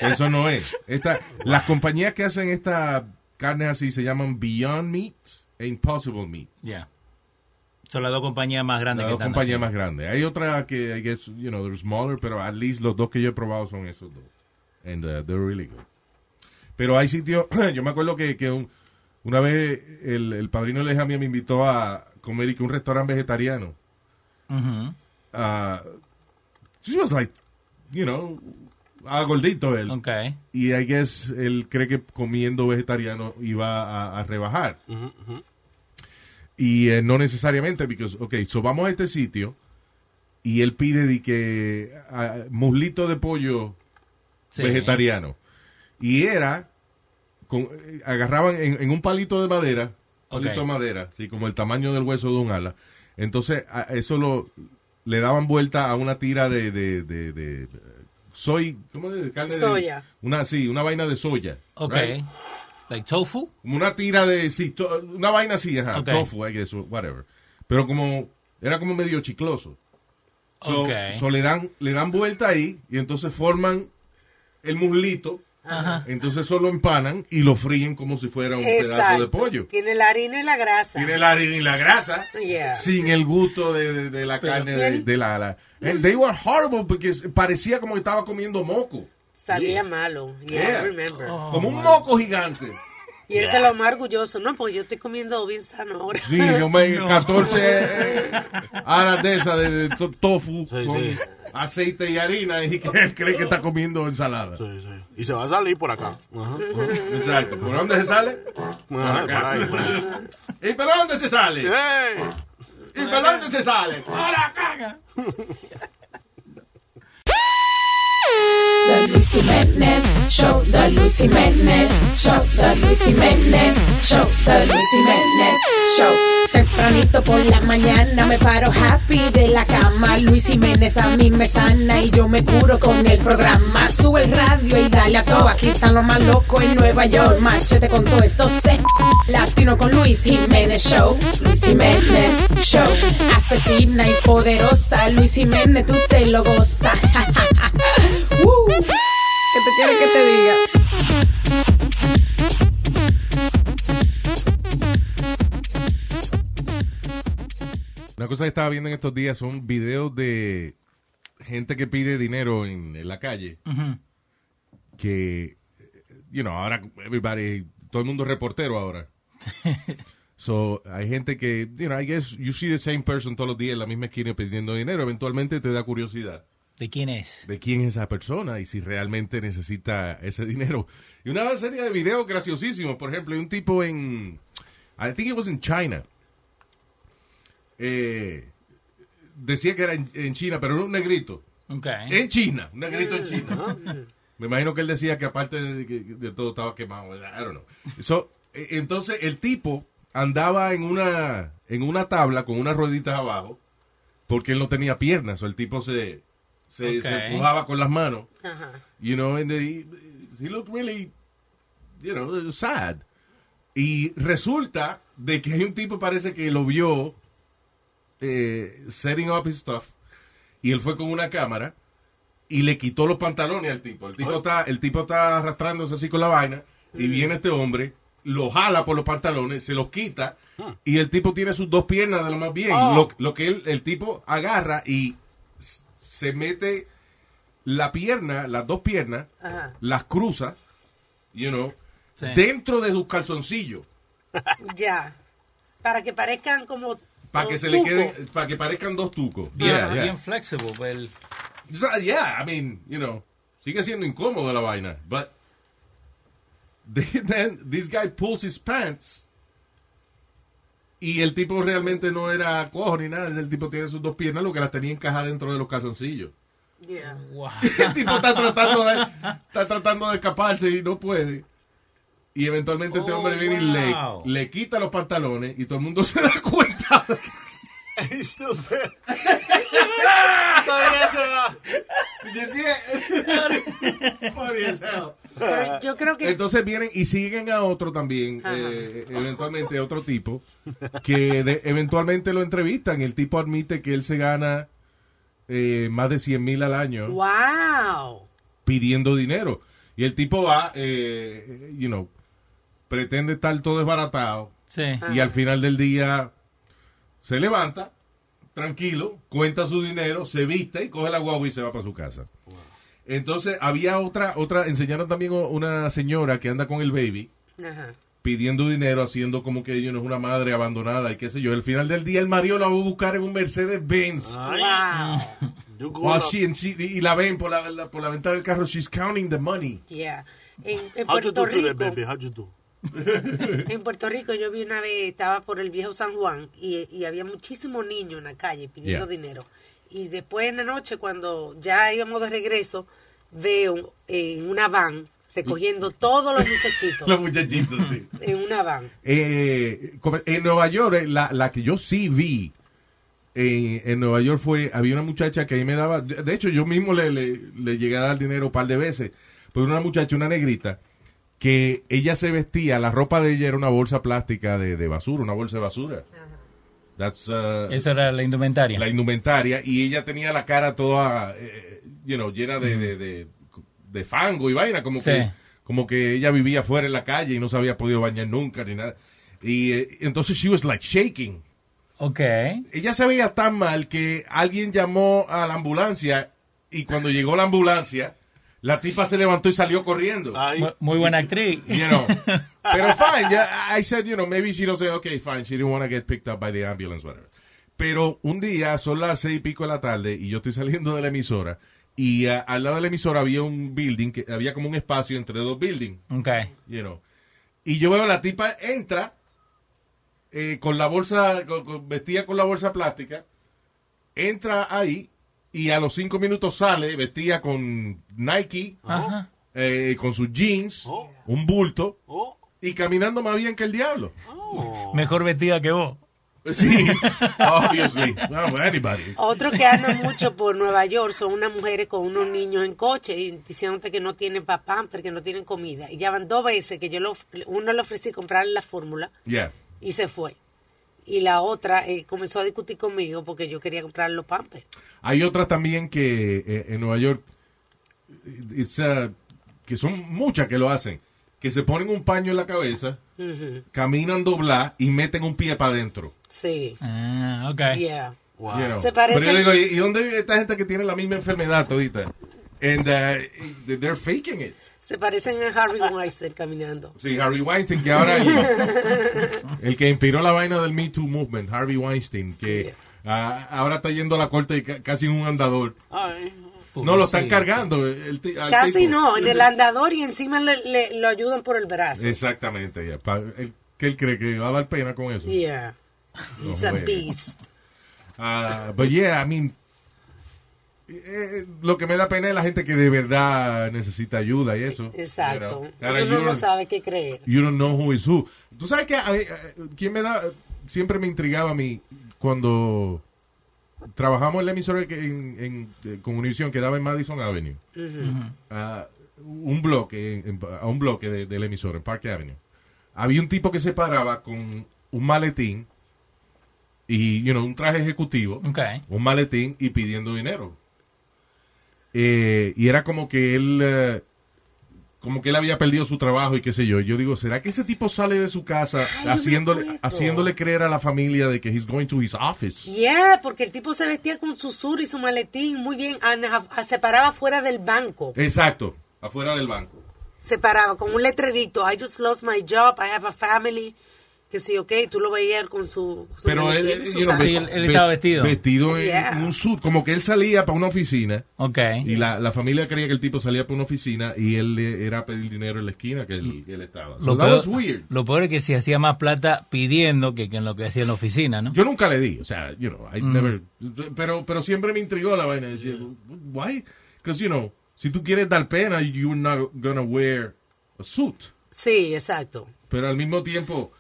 Eso no es. Esta, las compañías que hacen estas carnes así se llaman Beyond Meat e Impossible Meat. Yeah. Son las dos compañías más grandes Las que dos están compañías haciendo. más grandes. Hay otra que, I guess, you know, they're smaller, pero at least los dos que yo he probado son esos dos. And uh, they're really good. Pero hay sitios, yo me acuerdo que, que un- una vez el, el padrino de Jamia me invitó a comer y que un restaurante vegetariano. Ujú. Ah, she was like, you know, ah, gordito él. Okay. Y I guess él cree que comiendo vegetariano iba a- a rebajar. Mhm, mhm. Y eh, no necesariamente, because, ok, so vamos a este sitio y él pide de que ah, muslito de pollo Sí. vegetariano. Y era, con- eh, agarraban en, en un palito de madera, palito Ok. de madera, sí, como el tamaño del hueso de un ala. Entonces, a- eso lo, le daban vuelta a una tira de, de, de- de, eh, soy, ¿cómo es? Carne de- Soya. una, sí, una vaina de soya. Ok. right? Like tofu? Como una tira de. sí, to- una vaina así, ajá. Ok. Tofu, I guess, or whatever. Pero como. Era como medio chicloso. So, Ok. so le, dan, le dan vuelta ahí y entonces forman el muslito. Ajá. Entonces solo empanan y lo fríen como si fuera un pedazo de pollo. Tiene la harina y la grasa. Tiene la harina y la grasa. Yeah. Sin el gusto de, de- de la carne de, de la, la- And they were horrible porque parecía como que estaba comiendo moco. Sabía malo. Yeah, Yeah. Oh. I remember. Oh como un moco gigante. Y él que lo más orgulloso. No, porque yo estoy comiendo bien sano ahora. Sí, yo me 14 eh, aras de esa de, de to- tofu con sí. aceite y harina y que él cree que está comiendo ensalada. Y se va a salir por acá. Ajá. Exacto. ¿Por dónde se sale? Ajá, Por acá. Ah, por ahí, por ahí. ¿Y para dónde se sale? ¿Y para dónde se sale? The Luis Jiménez Show, The Luis Jiménez Show, The Luis Jiménez Show, The Luis Jiménez Show. Tempranito por la mañana me paro happy de la cama. Luis Jiménez a mí me sana y yo me curo con el programa. Sube el radio y dale a todo. Aquí están los más locos en Nueva York. Márchate con todo esto. Se latino con Luis Jiménez Show. Luis Jiménez Show. Asesina y poderosa. Luis Jiménez, tú te lo gozas. Woo. ¿Qué te quieres que te diga? Una cosa que estaba viendo en estos días son videos de gente que pide dinero en, en la calle. Ujú. que, you know, ahora everybody, todo el mundo es reportero ahora. So, hay gente que, you know, I guess you see the same person todos los días en la misma esquina pidiendo dinero. Eventualmente te da curiosidad ¿De quién es? de quién es esa persona y si realmente necesita ese dinero. Y una serie de videos graciosísimos. Por ejemplo, hay un tipo en, I think it was in China. Eh, decía que era en, en China, pero era un negrito. Ok. En China, un negrito en China. Me imagino que él decía que aparte de, que- de todo estaba quemado. I don't know. So, e- entonces el tipo andaba en una en una tabla con unas rueditas abajo porque él no tenía piernas. O el tipo se se, se Ok. empujaba con las manos. Ajá. You know, and he, he looked really, you know, sad. Y resulta de que hay un tipo, parece que lo vio eh, setting up his stuff, y él fue con una cámara y le quitó los pantalones al tipo. El tipo, está, el tipo está arrastrándose así con la vaina, y viene este hombre, lo jala por los pantalones, se los quita, y el tipo tiene sus dos piernas de lo más bien. Oh. Lo, lo que él- el tipo agarra y s- se mete la pierna, las dos piernas, Ajá. las cruza, you know, Sí. dentro de sus calzoncillos. Ya. Para que parezcan como. Para como que se le tubo. queden, para que parezcan dos tucos. Bien, Yeah, yeah. ah, bien flexible. pues, El, So, yeah, I mean, you know, sigue siendo incómodo la vaina. But then this guy pulls his pants. Y el tipo realmente no era cojo ni nada. El tipo tiene sus dos piernas, lo que las tenía encajadas dentro de los calzoncillos. El tipo está tratando de, está tratando de escaparse y no puede. Y eventualmente este Oh, hombre viene wow. y le, le quita los pantalones y todo el mundo se da cuenta. He's still bad. Todavía se va. Funny as hell. Pero yo creo que. Entonces vienen y siguen a otro también, Ajá. eh, eventualmente otro tipo, que de- eventualmente lo entrevistan. El tipo admite que él se gana eh, más de 100 mil al año ¡Wow! pidiendo dinero. Y el tipo va, eh, you know, pretende estar todo desbaratado. Sí. Y al final del día se levanta, tranquilo, cuenta su dinero, se viste y coge la guagua y se va para su casa. Entonces había otra, otra, enseñaron también o- una señora que anda con el baby Ajá. pidiendo dinero, haciendo como que ella no es una madre abandonada y qué sé yo. Al final del día el marido la va a buscar en un Mercedes-Benz. Ah, Mm. ¡Wow! You go While up. she- and she- y la ven por la, la- por la ventana del carro, she's counting the money. Yeah. En, en How'd Puerto you do to that Rico. baby? How'd you do? En Puerto Rico yo vi una vez, estaba por el viejo San Juan y, y había muchísimos niños en la calle pidiendo Yeah. dinero. Y después en la noche, cuando ya íbamos de regreso, veo eh, en una van recogiendo todos los muchachitos. Los muchachitos, sí. en una van. Eh, como- en Nueva York, eh, la, la que yo sí vi eh, en Nueva York fue, había una muchacha que ahí me daba, de de hecho yo mismo le, le, le llegué a dar dinero un par de veces, pero una muchacha, una negrita, que ella se vestía, la ropa de ella era una bolsa plástica de, de basura, una bolsa de basura. That's, uh, Esa era la indumentaria. La indumentaria, y ella tenía la cara toda, eh, you know, llena de, de, de- de fango y vaina, como Sí. que como que ella vivía fuera en la calle y no se había podido bañar nunca ni nada. Y eh, entonces she was like shaking. Ok. Ella se veía tan mal que alguien llamó a la ambulancia y cuando llegó la ambulancia, la tipa se levantó y salió corriendo. Mu- Muy buena actriz. You know. Pero fine, yeah, I said, you know, maybe she doesn't, okay, fine, she didn't want to get picked up by the ambulance, whatever. Pero un día son las seis y pico de la tarde y yo estoy saliendo de la emisora y ah, al lado de la emisora había un building, que había como un espacio entre dos buildings, Ok. you know. Y yo veo a la tipa entra eh, con la bolsa, con- con- vestida con la bolsa plástica, entra ahí y a los cinco minutos sale vestida con Nike, Ajá. eh, con sus jeans, un bulto y caminando más bien que el diablo. Mejor vestida que vos. Sí, obviously. No, anybody. Otro que anda mucho por Nueva York son unas mujeres con unos niños en coche y diciéndote que no tienen papá, porque no tienen comida. Y ya van dos veces que yo lo, uno le ofrecí comprarle la fórmula Yeah. y se fue. Y la otra eh, comenzó a discutir conmigo porque yo quería comprar los pampers. Hay otras también que eh, en Nueva York, it's, uh, que son muchas que lo hacen, que se ponen un paño en la cabeza, caminan doblá y meten un pie para adentro. Sí. Ah, ok. Eh. Yeah. You know. Se parece. Pero yo digo, ¿y y dónde vive esta gente que tiene la misma enfermedad todita? And uh, they're faking it. Se parecen a Harry Weinstein caminando. Sí, Harvey Weinstein, que ahora el que inspiró la vaina del Me Too Movement, Harvey Weinstein, que ah, ahora está yendo a la corte ca- casi en un andador. No, lo están cargando. el ti- al Casi tipo. no, en el andador y encima le, le- lo ayudan por el brazo. Exactamente, ya. Pa- el- que él cree que va a dar pena con eso. Yeah. He's No a juegue. beast. Ah, but yeah, I mean, eh, eh, lo que me da pena es la gente que de verdad necesita ayuda y eso. Exacto. You know. Ahora, Uno you no don't- sabe qué creer. You don't know who is who. Tú eh, sabes que a mí, eh, quién me da siempre me intrigaba a mí cuando trabajamos en la emisora que- en, en, eh, con Univision que daba en Madison Avenue. Ujú. a un bloque, en- a un bloque de, del emisor, en Park Avenue. Había un tipo que se paraba con un maletín y, you know, un traje ejecutivo, Ok. un maletín y pidiendo dinero. Eh, y era como que él, eh, como que él había perdido su trabajo y qué sé yo. Yo digo, ¿será que ese tipo sale de su casa Ay, yo me haciéndole, acuerdo. haciéndole creer a la familia de que he's going to his office? Yeah, porque el tipo se vestía con su sur y su maletín muy bien. Ana- a- se paraba fuera del banco. Exacto, afuera del banco. Se paraba con un letrerito. I just lost my job. I have a family. Que sí, ok. Tú lo veías con su. su Pero él, maletín, su you know, saco. ve- ve- Vestido en Yeah. un suit. Como que él salía para una oficina. Ok. Y la, la familia creía que el tipo salía para una oficina y él eh, era a pedir dinero en la esquina que él, que él estaba. So Lo that peor, was weird. lo peor es que se hacía más plata pidiendo que, que en lo que hacía en la oficina, ¿no? Yo nunca le di, o sea, you know, I Mm. never- pero, pero siempre me intrigó la vaina. Decía, why? Because, you know, si tú quieres dar pena, you're not gonna wear a suit. Sí, exacto. Pero al mismo tiempo,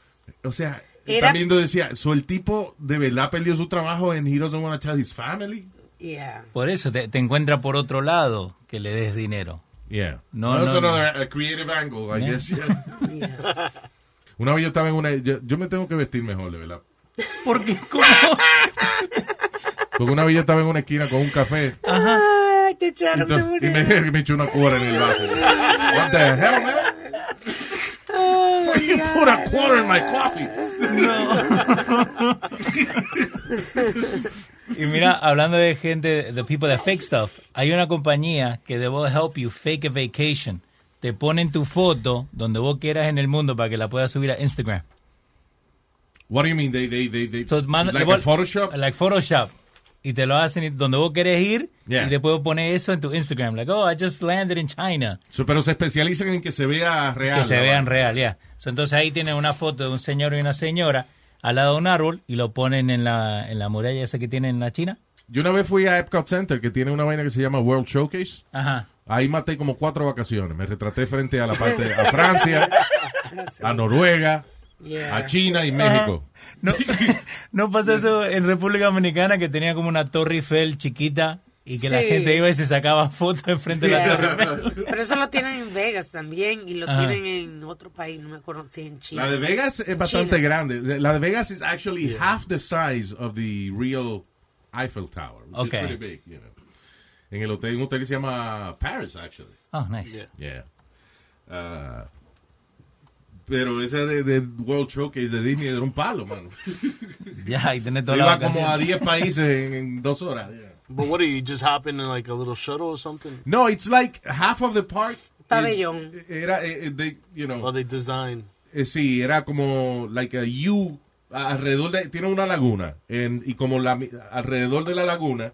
o sea, Era- también lo decía, so el tipo de verdad perdió su trabajo en Heroes Don't Wanna Tell His Family. Yeah. Por eso te, te encuentra por otro lado que le des dinero. Yeah. No, That's no, no. another, uh, creative angle, I Yeah. guess, yeah. Una vez yo estaba en una. Yo, yo me tengo que vestir mejor, de verdad. Porque Porque una vez yo estaba en una esquina con un café Ay, te y, echaron de to- y morir. me, me echó una cuora en el vaso. What the hell, man? Oh, Why you my put a God. quarter in my coffee? Y mira, hablando de gente, de people that fake stuff, hay una compañía que they will help you fake a vacation. Te ponen tu foto donde vos quieras en el mundo para que la puedas subir a Instagram. What do you mean? They, they, they, they So, man- like they a will- Photoshop? Like Photoshop. Y te lo hacen y- donde vos querés ir Yeah. y después pones eso en tu Instagram. Like, oh, I just landed in China. So, pero se especializan en que se vea real. que se la vean vaina. real, ya. So, entonces ahí tienen una foto de un señor y una señora al lado de un árbol y lo ponen en la, en la muralla esa que tienen en la China. Yo una vez fui a Epcot Center, que tiene una vaina que se llama World Showcase. Ajá. Ahí maté como cuatro vacaciones. Me retraté frente a la parte a Francia, a Noruega, Yeah. a China y México. No, no pasó eso en República Dominicana que tenía como una Torre Eiffel chiquita y que la Sí. gente iba y se sacaba fotos enfrente de la Torre Eiffel. Pero eso lo tienen en Vegas también y lo Ajá. tienen en otro país, no me acuerdo si en China. La de Vegas es En bastante China. grande. La de Vegas is actually half the size of the real Eiffel Tower, which Okay. is pretty big, you know. En el hotel, un hotel que se llama Paris, actually. Oh, nice. Yeah. Ah, pero esa de, de World Showcase de Disney era un palo, mano. Ya, y tenés toda la Iba como vacación. a 10 países en, en dos horas. But what do you just hop in like a little shuttle or something? No, it's like half of the park. Pabellón. is- Era, eh, eh, they, you know. Or they design. Eh, sí, era como like a U a- alrededor de tiene una laguna en- y como la mi- alrededor de la laguna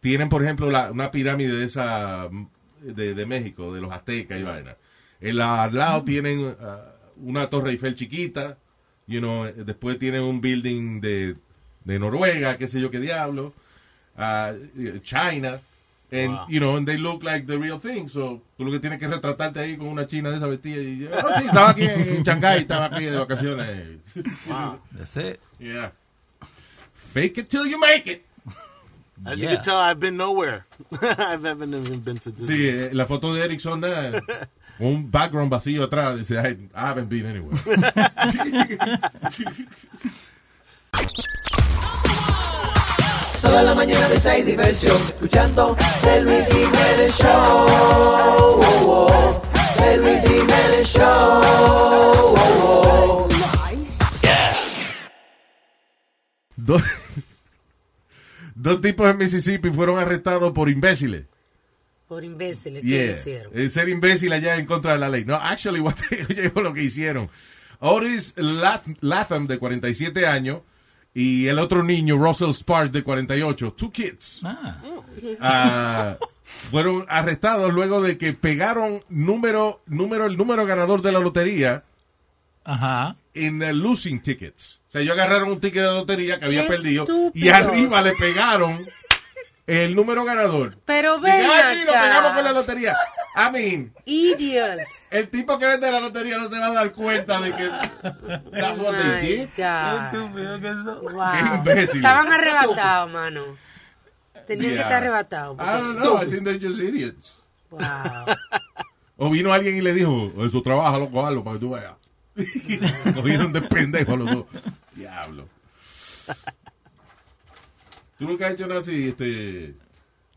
tienen por ejemplo la- una pirámide de esa mm, de, de México de los aztecas y vaina. El al lado tienen ah, una torre Eiffel chiquita, you know, eh, después tienen un building de, de Noruega, qué sé yo qué diablo, ah, eh, China, and Wow. you know, and they look like the real thing. So tú lo que tienes que es retratarte ahí con una china de esa vestida y "Oh, sí, estaba aquí en en Shanghái, estaba aquí de vacaciones. Wow. That's it. Yeah. Fake it till you make it. As Yeah. you can tell, I've been nowhere. I've haven't even been to Disney. Sí, eh, la foto de Erickson eh, con un background vacío atrás dice, I, I haven't been anywhere. Toda la mañana de hay diversión, escuchando el Luis Jiménez Show. Oh, oh, oh. El Luis Jiménez Show. Oh, oh, oh. Dos, dos tipos en Mississippi fueron arrestados por imbéciles. Por imbéciles que Yeah. lo hicieron. Eh, Ser imbécil allá en contra de la ley. No, actually, what they- oye, lo que hicieron. Otis Lat- Latham, de 47 años, y el otro niño, Russell Sparks, de 48, two kids, ah, fueron arrestados luego de que pegaron número, número, el número ganador de la lotería Ajá. en eh, losing tickets. O sea, ellos agarraron un ticket de lotería que había ¡Qué perdido y estúpidos! arriba le pegaron el número ganador. Pero Diga, ven "Ay, lo acá. pegamos con la lotería. I mean, Idiots. el tipo que vende la lotería no se va a dar cuenta de que that's what they My did. God. Wow. imbéciles. Estaban arrebatados, mano. Tenía que Yeah. estar arrebatado. porque- I don't know. Ah, I think they're just idiots. Wow. O vino alguien y le dijo, eso trabaja, loco, hazlo para que tú veas. Nos dieron de pendejo a los dos. Diablo. ¿Tú nunca has hecho nada así, este...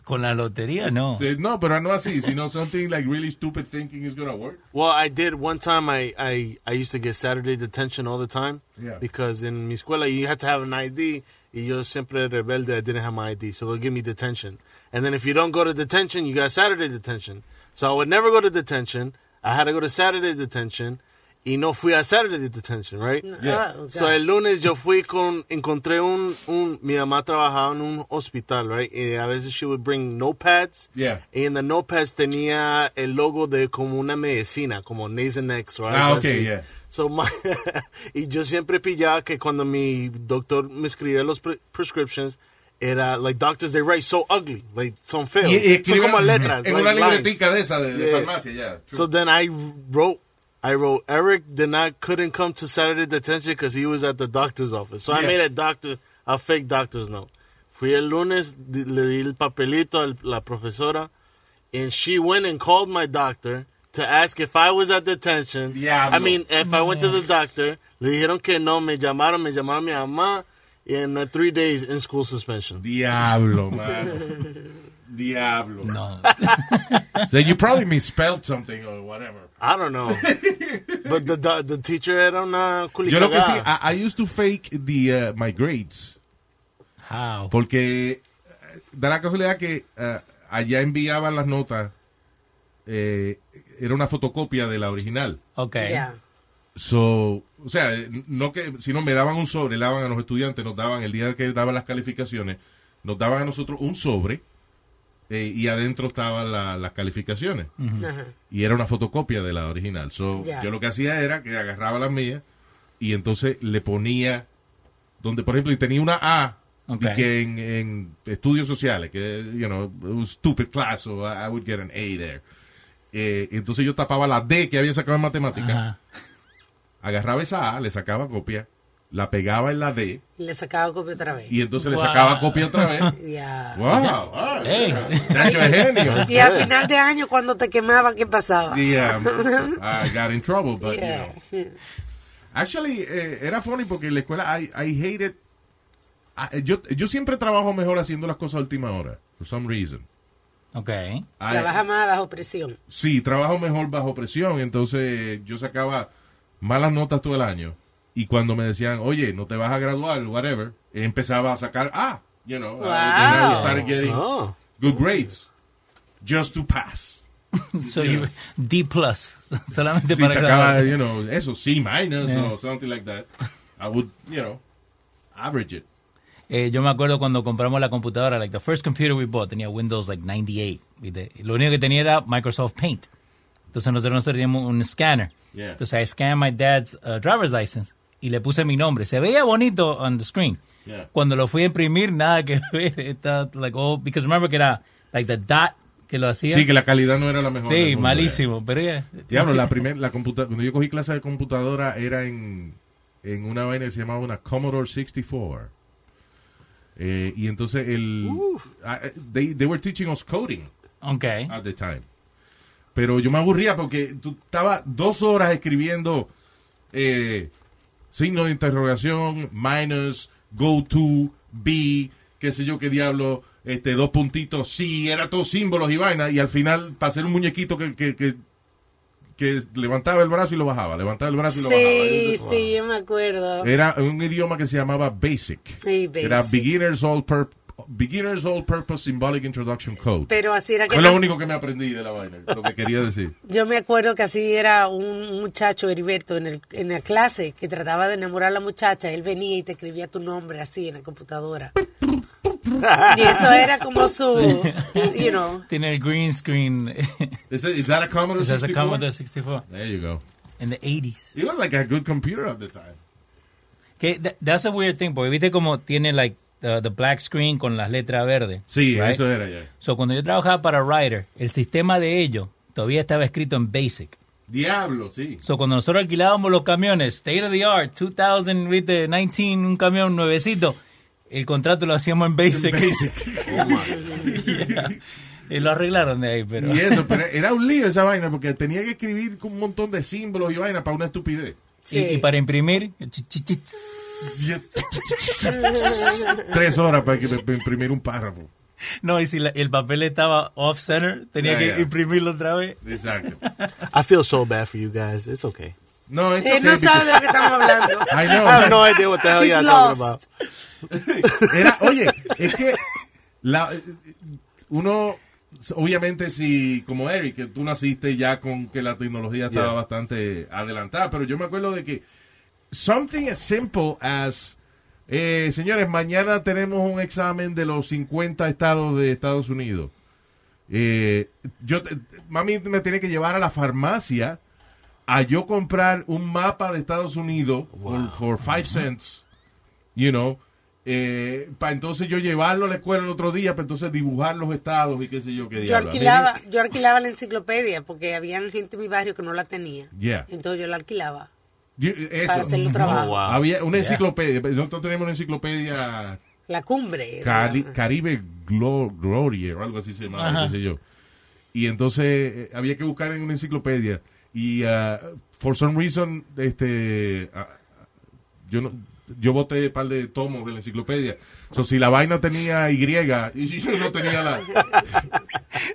Con la lotería, no. Sí, No, pero no así, sino something like really stupid thinking is gonna work. Well, I did one time. I, I, I used to get Saturday detention all the time Yeah. because in mi escuela you had to have an ID. Y yo siempre rebelde. I didn't have my ID, so they'll give me detention. And then if you don't go to detention, you got Saturday detention. So I would never go to detention. I had to go to Saturday detention. Y no fui a Saturday detention, right? Yeah. Ah, So okay. el lunes yo fui con, encontré un, un, mi mamá trabajaba en un hospital, right? Y a veces she would bring notepads. Yeah. Y en the notepads tenía el logo de como una medicina, como Nasonex o algo Ah, ok, así. yeah. So, my- y yo siempre pillaba que cuando mi doctor me escribía los pre- prescriptions, era, like, doctors, they write so ugly, like, son feos. Y- y son escribe- como letras. en like una lines. libretica de esa, de- de farmacia, yeah, true. So then I wrote, I wrote, Eric did not, couldn't come to Saturday detention because he was at the doctor's office. So I Yeah. made a doctor, a fake doctor's note. Fui el lunes, di- le di el papelito a la profesora, and she went and called my doctor to ask if I was at detention. Yeah, I Diablo. mean, if I went to the doctor, le dijeron que no, me llamaron, me llamaron mi mamá, and uh, three days in school suspension. Diablo, man. Diablo. No. so you probably misspelled something or whatever. I don't know. but the, the the teacher era una Yo lo que sí, ah, culicagada. I, I used to fake the, uh, my grades. How? Porque eh, da la casualidad que eh, allá enviaban las notas, eh, era una fotocopia de la original. Ok. Yeah. So, o sea, eh, no que, sino me daban un sobre, le daban a los estudiantes, nos daban el día que daban las calificaciones, nos daban a nosotros un sobre eh, y adentro estaban la- las calificaciones. Ajá. Y era una fotocopia de la original. So, Ya. Yo lo que hacía era que agarraba las mías y entonces le ponía, donde por ejemplo, y tenía una A Ok. y que en, en estudios sociales, que, you know, un stupid class, so I I would get an A there. Eh, entonces yo tapaba la D que había sacado en matemáticas, agarraba esa A, le sacaba copia, la pegaba en la D Le sacaba copia otra vez. y entonces Wow. le sacaba copia otra vez. Yeah. Wow, wow, Nacho es genio. Y al final de año, cuando te quemaba, ¿qué pasaba? The, um, I got in trouble, but you know. Yeah. Actually, eh, era funny porque en la escuela I, I hated. I- eh, yo, yo siempre trabajo mejor haciendo las cosas a última hora, for some reason. Ok. I- Trabaja más bajo presión. sí, trabajo mejor bajo presión, entonces yo sacaba malas notas todo el año. Y cuando me decían, oye, no te vas a graduar, whatever, empezaba a sacar, ah, you know, I- then I would Wow. start getting Oh. good grades just to pass. So you, D plus. Solamente Sí, para sacaba, graduarte. you know, eso, C minus Yeah. or something like that. I would, you know, average it. Eh, yo me acuerdo cuando compramos la computadora, like the first computer we bought tenía Windows like 98. ¿viste? Y Lo único que tenía era Microsoft Paint. Entonces nosotros, nosotros teníamos un scanner. Yeah. Entonces I scanned my dad's uh, driver's license y le puse mi nombre. Se veía bonito on the screen. Yeah. Cuando lo fui a imprimir, nada que ver. Está like, oh, because remember que era like the dot que lo hacía. Sí, que la calidad no era la mejor. del Sí, mundo, malísimo. Pero ya. eh. Diablo, la primera, la computa- cuando yo cogí clase de computadora era en, en una vaina que se llamaba una Commodore 64. Eh, y entonces el... I- I- they, they were teaching us coding. ¿Eh? Okay. At the time. Pero yo me aburría porque tú estabas dos horas escribiendo eh, signo de interrogación, minus, go to, be, qué sé yo qué diablo, este, dos puntitos, sí, era todo símbolos y vaina. Y al final, para hacer un muñequito que, que, que, que levantaba el brazo y lo bajaba, levantaba el brazo y lo bajaba. Eh, Sí, Entonces, sí, yo me acuerdo. Era un idioma que se llamaba Sí, basic. Era Beginner's All, Pur- Beginner's All Purpose Symbolic Introduction Code. Pero así era que Fue lo no- único que me aprendí de la vaina, lo que quería decir. Yo me acuerdo que así era un muchacho, Heriberto, en, el, en la clase, que trataba de enamorar a la muchacha. Él venía y te escribía tu nombre así en la computadora. Y eso era como su, you know. Tiene el green screen. Is, it, is that a Commodore That's a 64? Commodore 64. There you go. In the 80s. It was like a good computer at the time. Que tha- that's a weird thing, porque viste como tiene like the, the black screen con las letras verdes. Sí, eso era, yeah. So cuando yo trabajaba para Ryder, el sistema de ellos todavía estaba escrito en BASIC. Diablo, sí. So cuando nosotros alquilábamos los camiones, state of the art, 2000, viste, 19, un camión nuevecito, el contrato lo hacíamos en Basic. En Basic. Oh, Yeah. Y lo arreglaron de ahí, pero. Y eso, pero era un lío esa vaina porque tenía que escribir con un montón de símbolos y vaina para una estupidez. Y- y para imprimir. Tres horas para, que, para imprimir un párrafo. No, y si la- el papel estaba off center, tenía Yeah, que yeah. imprimirlo otra vez. Exacto. I feel so bad for you guys. It's okay. No, it's Él no okay, sabe de lo que because- estamos hablando. I know. I have no idea what the hell He's you're talking lost. Era, oye, es que la- uno, obviamente, si, como Eric, que tú naciste ya con que la tecnología estaba Yeah. bastante adelantada, pero yo me acuerdo de que something as simple as, eh, señores, mañana tenemos un examen de los 50 estados de Estados Unidos. Eh, yo, te- mami me tiene que llevar a la farmacia a yo comprar un mapa de Estados Unidos por 5 cents, you know, para entonces yo llevarlo a la escuela el otro día, para entonces dibujar los estados y qué sé yo qué Yo diablo. alquilaba, yo alquilaba la enciclopedia porque había gente en mi barrio que no la tenía. Yeah. Entonces yo la alquilaba. Yo- eso. para hacerlo Ujú. trabajo. wow. Había una Yeah. enciclopedia, nosotros tenemos una enciclopedia La cumbre. Cali- Caribe Glo- Gloria o algo así se llamaba, Ajá. qué sé yo. Y entonces eh, había que buscar en una enciclopedia. Y ah, for some reason, este, ah, yo no, yo boté un par de tomos de la enciclopedia. So, si la vaina tenía Y, y yo no tenía la...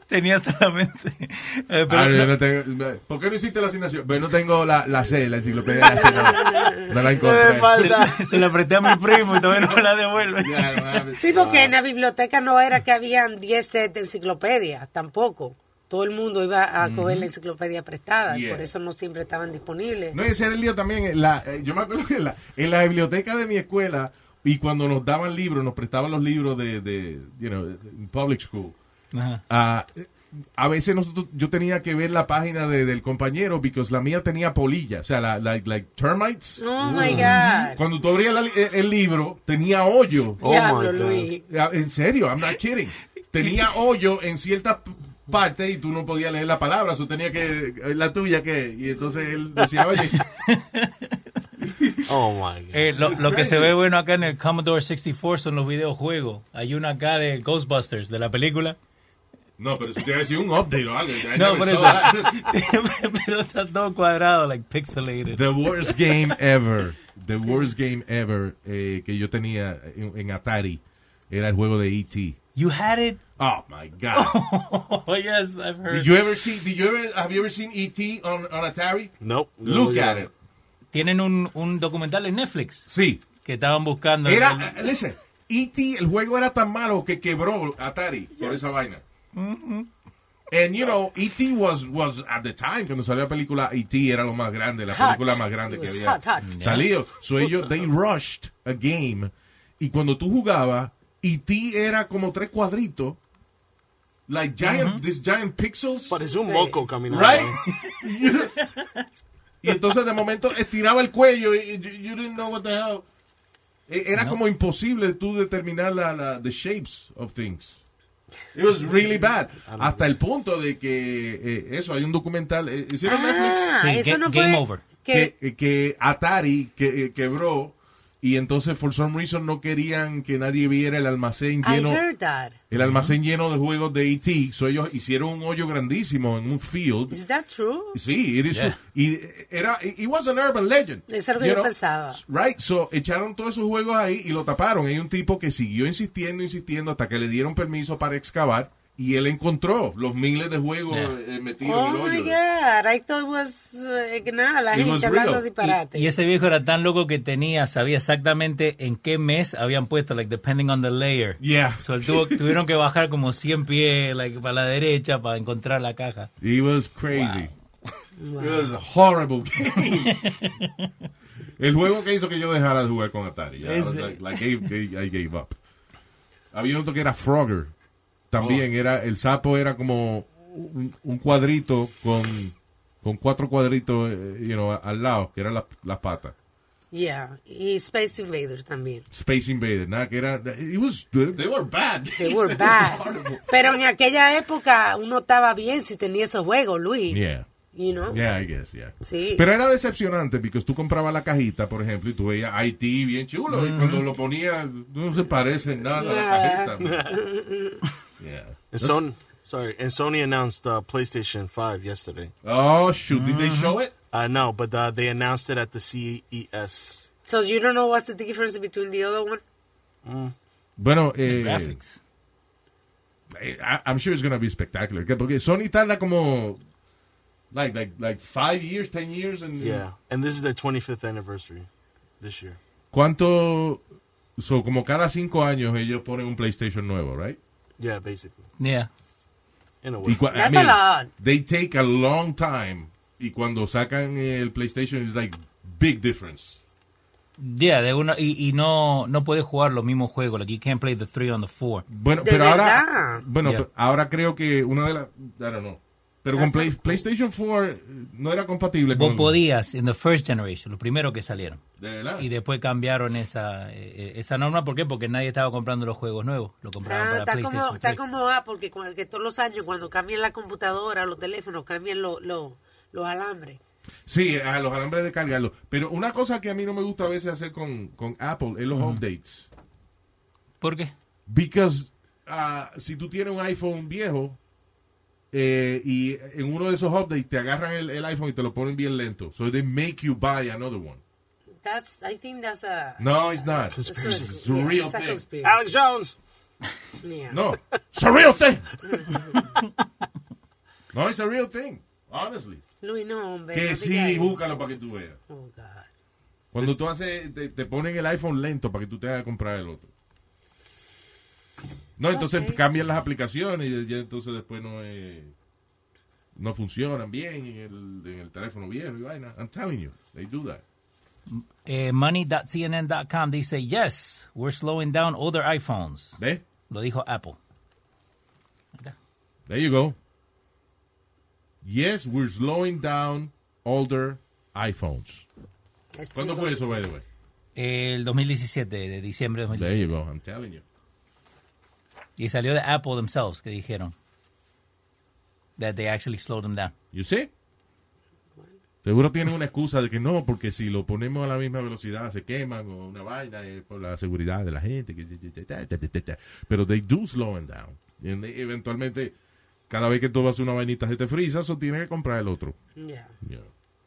Tenía solamente. eh, pero Ah, yo no- no tengo- ¿Por qué no hiciste la asignación? Pues no tengo la, la C, la enciclopedia de la C. No, no la encontré. Se, se la presté a mi primo y todavía no me la devuelve. Sí, porque en la biblioteca no era que habían 10 sets de enciclopedias, tampoco. Todo el mundo iba a Ujú. coger la enciclopedia prestada, y Yeah. por eso no siempre estaban disponibles. No, ese era el lío también. En la- eh, yo me acuerdo que en la, en la biblioteca de mi escuela, y cuando nos daban libros, nos prestaban los libros de, de, you know, en public school, Ajá. ah, a veces nosotros, yo tenía que ver la página de- del compañero, because la mía tenía polilla, o sea, la, la- like termites. Oh, my God. Mm. Cuando tú abrías la li- el, el libro, tenía hoyo. Oh, my Diablo, God. Luis. Ah, En serio, I'm not kidding. Tenía hoyo en cierta p- parte y tú no podías leer la palabra, eso tenía que eh, la tuya que y entonces él decía, "Oye, Oh my God. Eh, lo, lo que se ve bueno acá en el Commodore 64 son los videojuegos. Hay uno acá de Ghostbusters, de la película. No, pero si te iba a decir un update o algo. I No, never por saw eso. that. Pero está todo cuadrado, like pixelated. The worst game ever. The worst game ever eh, que yo tenía en, en Atari era el juego de E E.T. You had it? Oh my god. Oh, yes, I've heard. did you ever see did you ever have you ever seen E.T. on, on Atari? No. Look at it. Tienen un, un documental en Netflix. Sí. Que estaban buscando. Era listen, E.T. el juego era tan malo que quebró Atari por esa vaina. And you know, E.T. was was at the time cuando salió la película E.T. era lo más grande, la Hot. película más grande It que was había hot, hot. salido. So ellos they rushed a game y cuando tú jugabas E.T. era como tres cuadritos. Like giant, these giant pixels. Parece un moco caminando. Right? y entonces de momento estiraba el cuello y y you, you didn't know what the hell. E- Era como imposible tú determinar la, la- the shapes of things. It was really bad. Hasta el punto de que eh, eso, hay un documental. eh, ¿Hicieron Netflix? Sí, Ah, eso Ga- no fue- Game Over. Que, eh, que Atari que, eh, quebró y entonces, for some reason, no querían que nadie viera el almacén I lleno. heard that. El almacén lleno de juegos de E.T. So ellos hicieron un hoyo grandísimo en un field. Is that true? Sí, it is Yeah. true. Y era, it it was an urban legend. Es algo que You yo know? pensaba. Right, so echaron todos esos juegos ahí y lo taparon. Hay un tipo que siguió insistiendo, insistiendo hasta que le dieron permiso para excavar y él encontró los miles de juegos eh, metidos Oh en el my hoyo. God, I thought it was eh, que nada, la It was gente hablando real. disparate. Y, y ese viejo era tan loco que tenía, sabía exactamente en qué mes habían puesto, like depending on the layer. Yeah. So, él tuvo- tuvieron que bajar como 100 pies, like para la derecha, para encontrar la caja. It was crazy. It was a horrible game. El juego que hizo que yo dejara de jugar con Atari. I was Ese. like, like, I, gave, I gave up. Había otro que era Frogger. También Oh. era, el sapo era como un, un cuadrito con, con cuatro cuadritos eh, you know, al lado, que eran las las patas. Yeah, y Space Invaders también. Space Invader, nada, que era, it was, they were bad. They were bad. Pero en aquella época uno estaba bien si tenía esos juegos, Luis. Yeah. you know? Yeah, I guess, yeah. Sí. Pero era decepcionante porque tú comprabas la cajita, por ejemplo, y tú veías Haití bien chulo. Y Ujú. cuando lo ponías, no se parece en nada a la cajita. Yeah. And Sony, sorry, and Sony announced uh, PlayStation 5 yesterday. Oh, shoot. Did they show it? Uh, no, but uh, they announced it at the E CES. So you don't know what's the difference between the other one? Bueno, eh, graphics. eh, I- I'm sure it's going to be spectacular. que- Porque Sony tarda como. Like, like, like five years, ten years. And, Mm-hmm. Yeah, and this is their 25th anniversary this year. ¿Cuánto.? So, como cada cinco años ellos ponen un PlayStation nuevo, right? Yeah, basically. Yeah. In a Y way. cua- I mean, They take a long time. Y cuando sacan el PlayStation, it's like big difference. Yeah, de una, y, y no, no puedes jugar los mismos juegos. Like, you can't play the three on the four. Bueno, pero ahora, bueno, pero ahora creo que una de las, I don't know. Pero con Play- PlayStation 4 eh, no era compatible Vos con. podías en the first generation, los primeros que salieron. ¿De verdad? Y después cambiaron esa, eh, eh, esa norma. ¿Por qué? Porque nadie estaba comprando los juegos nuevos. Lo compraban Ah, para está PlayStation como, está 3. como ah, porque cu- que todos los años cuando cambian la computadora, los teléfonos, cambian lo- lo- los alambres. Sí, a los alambres de cargarlo. Pero una cosa que a mí no me gusta a veces hacer con, con Apple es los updates. ¿Por qué? Because ah, si tú tienes un iPhone viejo eh, y en uno de esos updates te agarran el, el iPhone y te lo ponen bien lento. So they make you buy another one. That's, I think that's a... No, it's not. Conspiracy. It's a real It's a thing. Ah, conspiracy. Alex Jones. Yeah. No, it's a real thing. No, it's a real thing. Honestly. Luis, no, hombre. Que no sí, diga eso. búscalo para que tú veas. Oh, God. Cuando tú haces, te, te ponen el iPhone lento para que tú tengas que comprar el otro. No, entonces Ok. cambian las aplicaciones y ya entonces después no es- no funcionan bien en el, en el teléfono viejo y vaina. I'm telling you, they do that. Eh, Money.cnn.com dice, yes, we're slowing down older iPhones. ¿Ve? Lo dijo Apple. There you go. Yes, we're slowing down older iPhones. ¿Cuándo fue eso, by the way? El 2017, de diciembre de There 2017. you go, I'm telling you. Y salió de Apple themselves, que dijeron. That they actually slowed them down. You see? Seguro tienen una excusa de que no, porque si lo ponemos a la misma velocidad se queman o una vaina eh, por la seguridad de la gente. que- Pero they do slowing down. Y en- eventualmente, cada vez que tú vas a hacer una vainita se te frisa, o tienes que comprar el otro. Yeah. Yeah.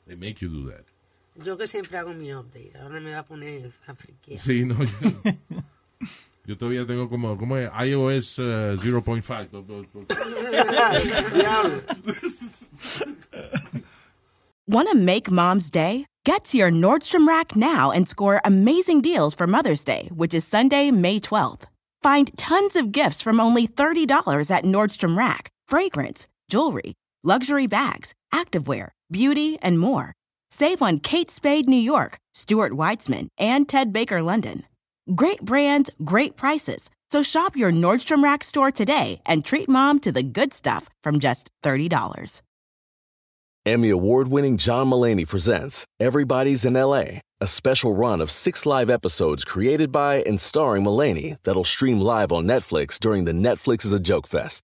They make you do that. Yo que siempre hago mi update. Ahora me va a poner a friquear. Sí, no. Yo, yo todavía tengo como, ¿cómo es? iOS eh, 0.5. Do- do- do- Diablo. Want to make mom's day? Get to your Nordstrom Rack now and score amazing deals for Mother's Day, which is Sunday, May 12th. Find tons of gifts from only $30 at Nordstrom Rack fragrance, jewelry, luxury bags, activewear, beauty, and more. Save on Kate Spade New York, Stuart Weitzman, and Ted Baker London. Great brands, great prices. So shop your Nordstrom Rack store today and treat mom to the good stuff from just $30. Emmy award winning John Mullaney presents Everybody's in LA, a special run of six live episodes created by and starring Mullaney that'll stream live on Netflix during the Netflix is a Joke Fest.